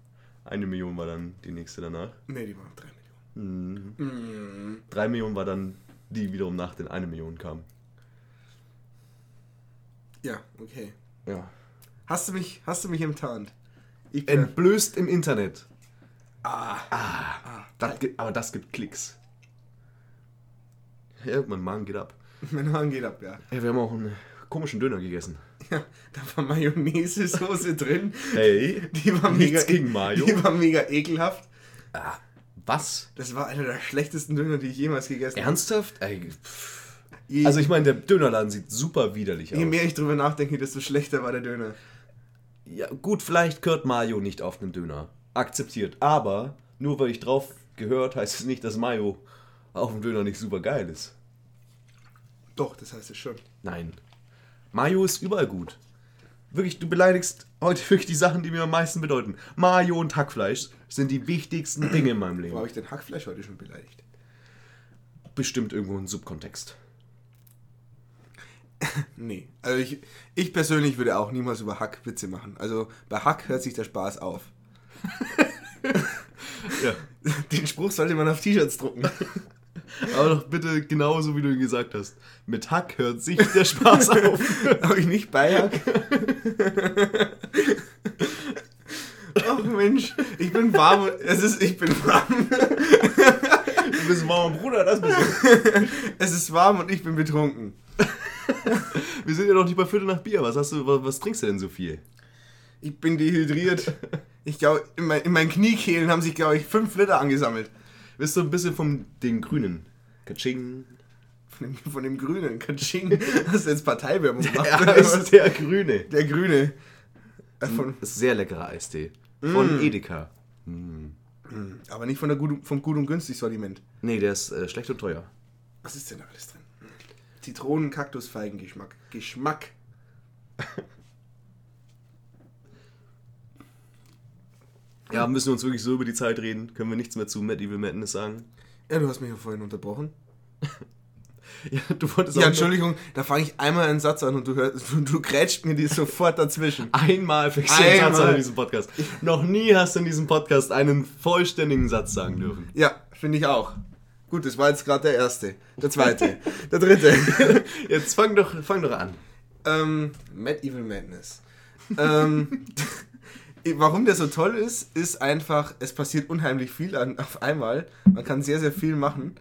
S1: Eine Million war dann die nächste danach.
S2: Nee, die waren 3 Millionen.
S1: 3 Millionen war dann die wiederum nach den 1 Million kam.
S2: Ja, okay.
S1: Ja.
S2: Hast du mich, hast du mich enttarnt? Ich bin
S1: Entblößt im Internet. Ah. Das gibt, aber das gibt Klicks. Ja, mein Magen geht ab.
S2: mein Hahn geht ab, ja.
S1: Ja, wir haben auch einen komischen Döner gegessen.
S2: ja da war Mayonnaise-Soße drin.
S1: Hey,
S2: Die war mega, e-
S1: nichts gegen Mayo.
S2: Die war mega ekelhaft.
S1: Was?
S2: Das war einer der schlechtesten Döner, die ich jemals gegessen habe.
S1: Ernsthaft? Ey, pff.
S2: Je,
S1: also ich meine, der Dönerladen sieht super widerlich
S2: je
S1: aus.
S2: mehr ich drüber nachdenke, desto schlechter war der Döner.
S1: Ja, gut, vielleicht gehört Mayo nicht auf einem Döner. Akzeptiert. Aber nur weil ich drauf gehört, heißt es nicht, dass Mayo auf dem Döner nicht super geil ist.
S2: Doch, das heißt es schon.
S1: Nein. Mayo ist überall gut. Wirklich, du beleidigst heute wirklich die Sachen, die mir am meisten bedeuten. Mayo und Hackfleisch sind die wichtigsten Dinge in meinem
S2: Wo habe
S1: Leben.
S2: ich denn Hackfleisch heute schon beleidigt?
S1: Bestimmt irgendwo im Subkontext.
S2: Nee. Also ich, ich persönlich würde auch niemals über Hack Witze machen. Also bei Hack hört sich der Spaß auf.
S1: Ja.
S2: Den Spruch sollte man auf T-Shirts drucken.
S1: Aber doch bitte genauso, wie du ihn gesagt hast. Mit Hack hört sich der Spaß auf.
S2: Habe ich nicht bei Hack? Ach Mensch, ich bin warm. und- Es ist, ich bin warm.
S1: Du bist ein warmer Bruder, das bist du.
S2: Es ist warm und ich bin betrunken.
S1: Wir sind ja noch nicht bei Viertel nach Bier. Was, hast du, was, was trinkst du denn so viel?
S2: Ich bin dehydriert. Ich glaube, in, mein, in meinen Kniekehlen haben sich, glaube ich, fünf Liter angesammelt.
S1: Bist du ein bisschen vom den Grünen? Katsching.
S2: Von dem, von dem Grünen. Katsching. Hast du jetzt Parteiwerbung gemacht?
S1: Ja,
S2: oder was?
S1: ist der Grüne.
S2: Der Grüne. Äh, Von,
S1: Ist sehr leckerer Eistee.
S2: Mm.
S1: Von Edeka.
S2: aber nicht von der gut, vom Gut und Günstig Sortiment.
S1: Nee, der ist äh, schlecht und teuer.
S2: Was ist denn da alles drin? Zitronen, Kaktus, Feigengeschmack. Geschmack.
S1: Ja, müssen wir uns wirklich so über die Zeit reden? Können wir nichts mehr zu Medieval Madness sagen?
S2: Ja, du hast mich ja vorhin unterbrochen.
S1: Ja, du wolltest
S2: Ja,
S1: auch
S2: Entschuldigung, da fange ich einmal einen Satz an und du, hörst, du grätscht mir die sofort dazwischen.
S1: Einmal fixierst du einen Satz
S2: Einmal.
S1: an in diesem Podcast. Noch nie hast du in diesem Podcast einen vollständigen Satz sagen dürfen.
S2: Ja, finde ich auch. Gut, das war jetzt gerade der erste. Der zweite. der dritte.
S1: Jetzt fang doch, fang doch an.
S2: Ähm, Mad Evil Madness. ähm, warum der so toll ist, ist einfach, es passiert unheimlich viel an, auf einmal. Man kann sehr, sehr viel machen.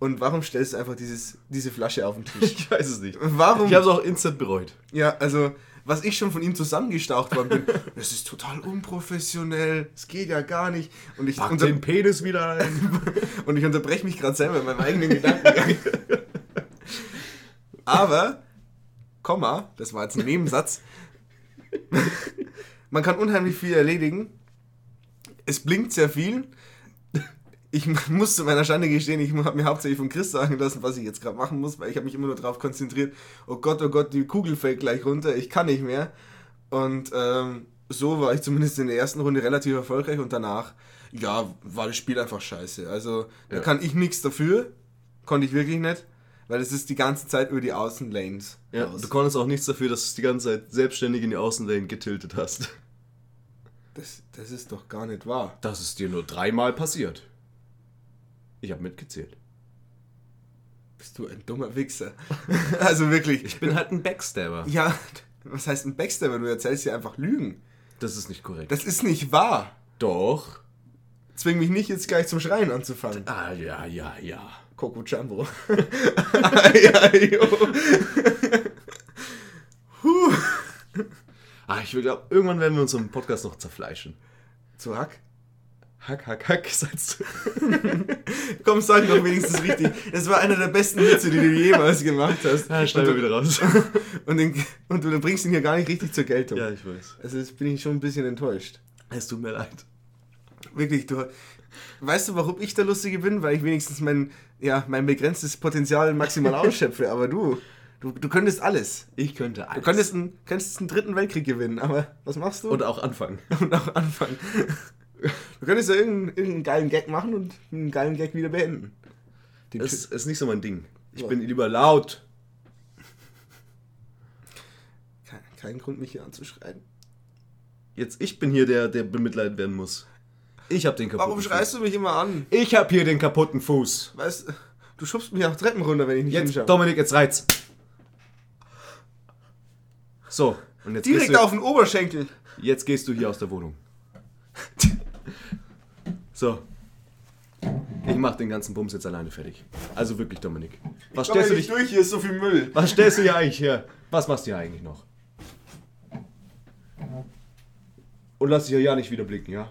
S2: Und warum stellst du einfach dieses, diese Flasche auf den Tisch?
S1: Ich weiß es nicht.
S2: Warum?
S1: Ich habe es auch instant bereut.
S2: Ja, also, was ich schon von ihm zusammengestaucht worden bin, das ist total unprofessionell, es geht ja gar nicht. Und ich,
S1: Pack
S2: unter,
S1: den Penis wieder ein.
S2: und ich unterbreche mich gerade selber in meinem eigenen Gedankengang. Aber, Komma, das war jetzt ein Nebensatz, man kann unheimlich viel erledigen. Es blinkt sehr viel. Ich muss zu meiner Schande gestehen, ich habe mir hauptsächlich von Chris sagen lassen, was ich jetzt gerade machen muss, weil ich habe mich immer nur darauf konzentriert, oh Gott, oh Gott, die Kugel fällt gleich runter, ich kann nicht mehr. Und ähm, so war ich zumindest in der ersten Runde relativ erfolgreich und danach, ja, war das Spiel einfach scheiße. Also da
S1: Ja.
S2: kann ich nichts dafür, konnte ich wirklich nicht, weil es ist die ganze Zeit über die Außenlanes.
S1: Ja,
S2: raus.
S1: du konntest auch nichts dafür, dass du es die ganze Zeit selbstständig in die Außenwellen getiltet hast.
S2: Das, das ist doch gar nicht wahr.
S1: Das ist dir nur dreimal passiert. Ich habe mitgezählt.
S2: Bist du ein dummer Wichser. also wirklich.
S1: Ich bin halt ein Backstabber.
S2: ja, was heißt ein Backstabber? Du erzählst dir einfach Lügen.
S1: Das ist nicht korrekt.
S2: Das ist nicht wahr.
S1: Doch.
S2: Zwing mich nicht jetzt gleich zum Schreien anzufangen.
S1: Ah, ja, ja, ja.
S2: Coco Jumbo. Ei, ei, oh.
S1: Ah, ich glaube, irgendwann werden wir uns im Podcast noch zerfleischen.
S2: Zu Hack?
S1: Hack, hack, hack, sagst du.
S2: Komm, sag doch wenigstens richtig. Das war einer der besten Witze, die du jemals gemacht hast.
S1: Ja, schneiden wir
S2: Und du-
S1: wieder raus.
S2: Und, den, und du bringst ihn hier gar nicht richtig zur Geltung.
S1: ja, ich weiß.
S2: Also jetzt bin ich schon ein bisschen enttäuscht.
S1: Es tut mir leid.
S2: Wirklich, du. Weißt du, warum ich der Lustige bin? Weil ich wenigstens mein, ja, mein begrenztes Potenzial maximal ausschöpfe. Aber du, du, du könntest alles.
S1: Ich könnte alles.
S2: Du könntest einen, könntest einen dritten Weltkrieg gewinnen, aber was machst du?
S1: Und auch anfangen.
S2: und auch anfangen. Du könntest ja irgendeinen, irgendeinen geilen Gag machen und einen geilen Gag wieder beenden. Den
S1: Es ist nicht so mein Ding. Ich
S2: Ja.
S1: bin lieber laut.
S2: Typ- kein, kein Grund, mich hier anzuschreien.
S1: Jetzt ich bin hier der, der bemitleidet werden muss. Ich hab den kaputten
S2: Warum schreist du mich immer an?
S1: Fuß. Ich hab hier den kaputten Fuß.
S2: Weißt du, du schubst mich auch Treppen runter, wenn ich nicht
S1: Jetzt,
S2: hinschaue.
S1: Dominik, jetzt reiz. So, und jetzt
S2: Direkt
S1: gehst du,
S2: auf den Oberschenkel.
S1: Jetzt gehst du hier aus der Wohnung. So. Ich mach den ganzen Bums jetzt alleine fertig. Also wirklich, Dominik. Was
S2: Komm
S1: stellst du
S2: nicht
S1: dich.
S2: durch, hier ist so viel Müll.
S1: Was stellst du hier eigentlich her? Was machst du hier eigentlich noch? Und lass dich hier ja nicht wieder blicken, ja?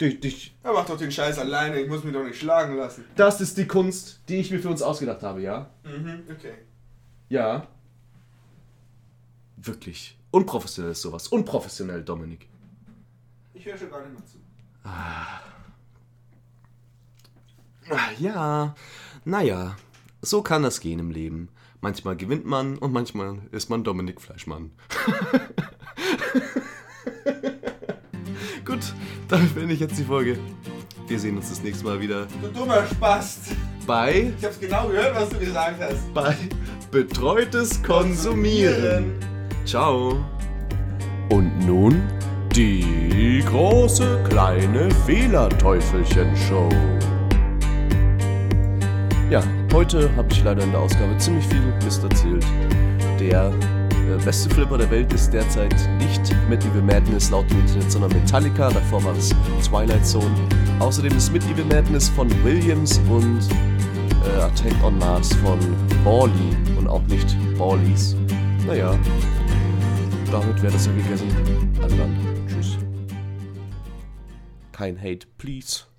S1: Dich, dich,
S2: Ja, mach doch den Scheiß alleine, ich muss mich doch nicht schlagen lassen.
S1: Das ist die Kunst, die ich mir für uns ausgedacht habe, ja?
S2: Mhm, okay.
S1: Ja. Wirklich. Unprofessionell ist sowas. Unprofessionell, Dominik.
S2: Ich höre schon gar nicht mehr zu.
S1: Ach Ah, ja. Naja. So kann das gehen im Leben. Manchmal gewinnt man und manchmal ist man Dominik Fleischmann. Gut, damit beende ich jetzt die Folge. Wir sehen uns das nächste Mal wieder
S2: Du dummer Spast.
S1: bei,
S2: Ich hab's genau gehört, was du gesagt hast.
S1: bei Betreutes Konsumieren. Ciao. Und nun die große kleine Fehlerteufelchen-Show. Ja, heute habe ich leider in der Ausgabe ziemlich viel Mist erzählt. Der äh, beste Flipper der Welt ist derzeit nicht Medieval Madness laut dem Internet, sondern Metallica. Davor war es Twilight Zone. Außerdem ist Medieval Madness von Williams und äh, Attack on Mars von Bawley und auch nicht Bawleys. Naja, damit wäre das ja gegessen. Also dann, tschüss. Kein Hate, please.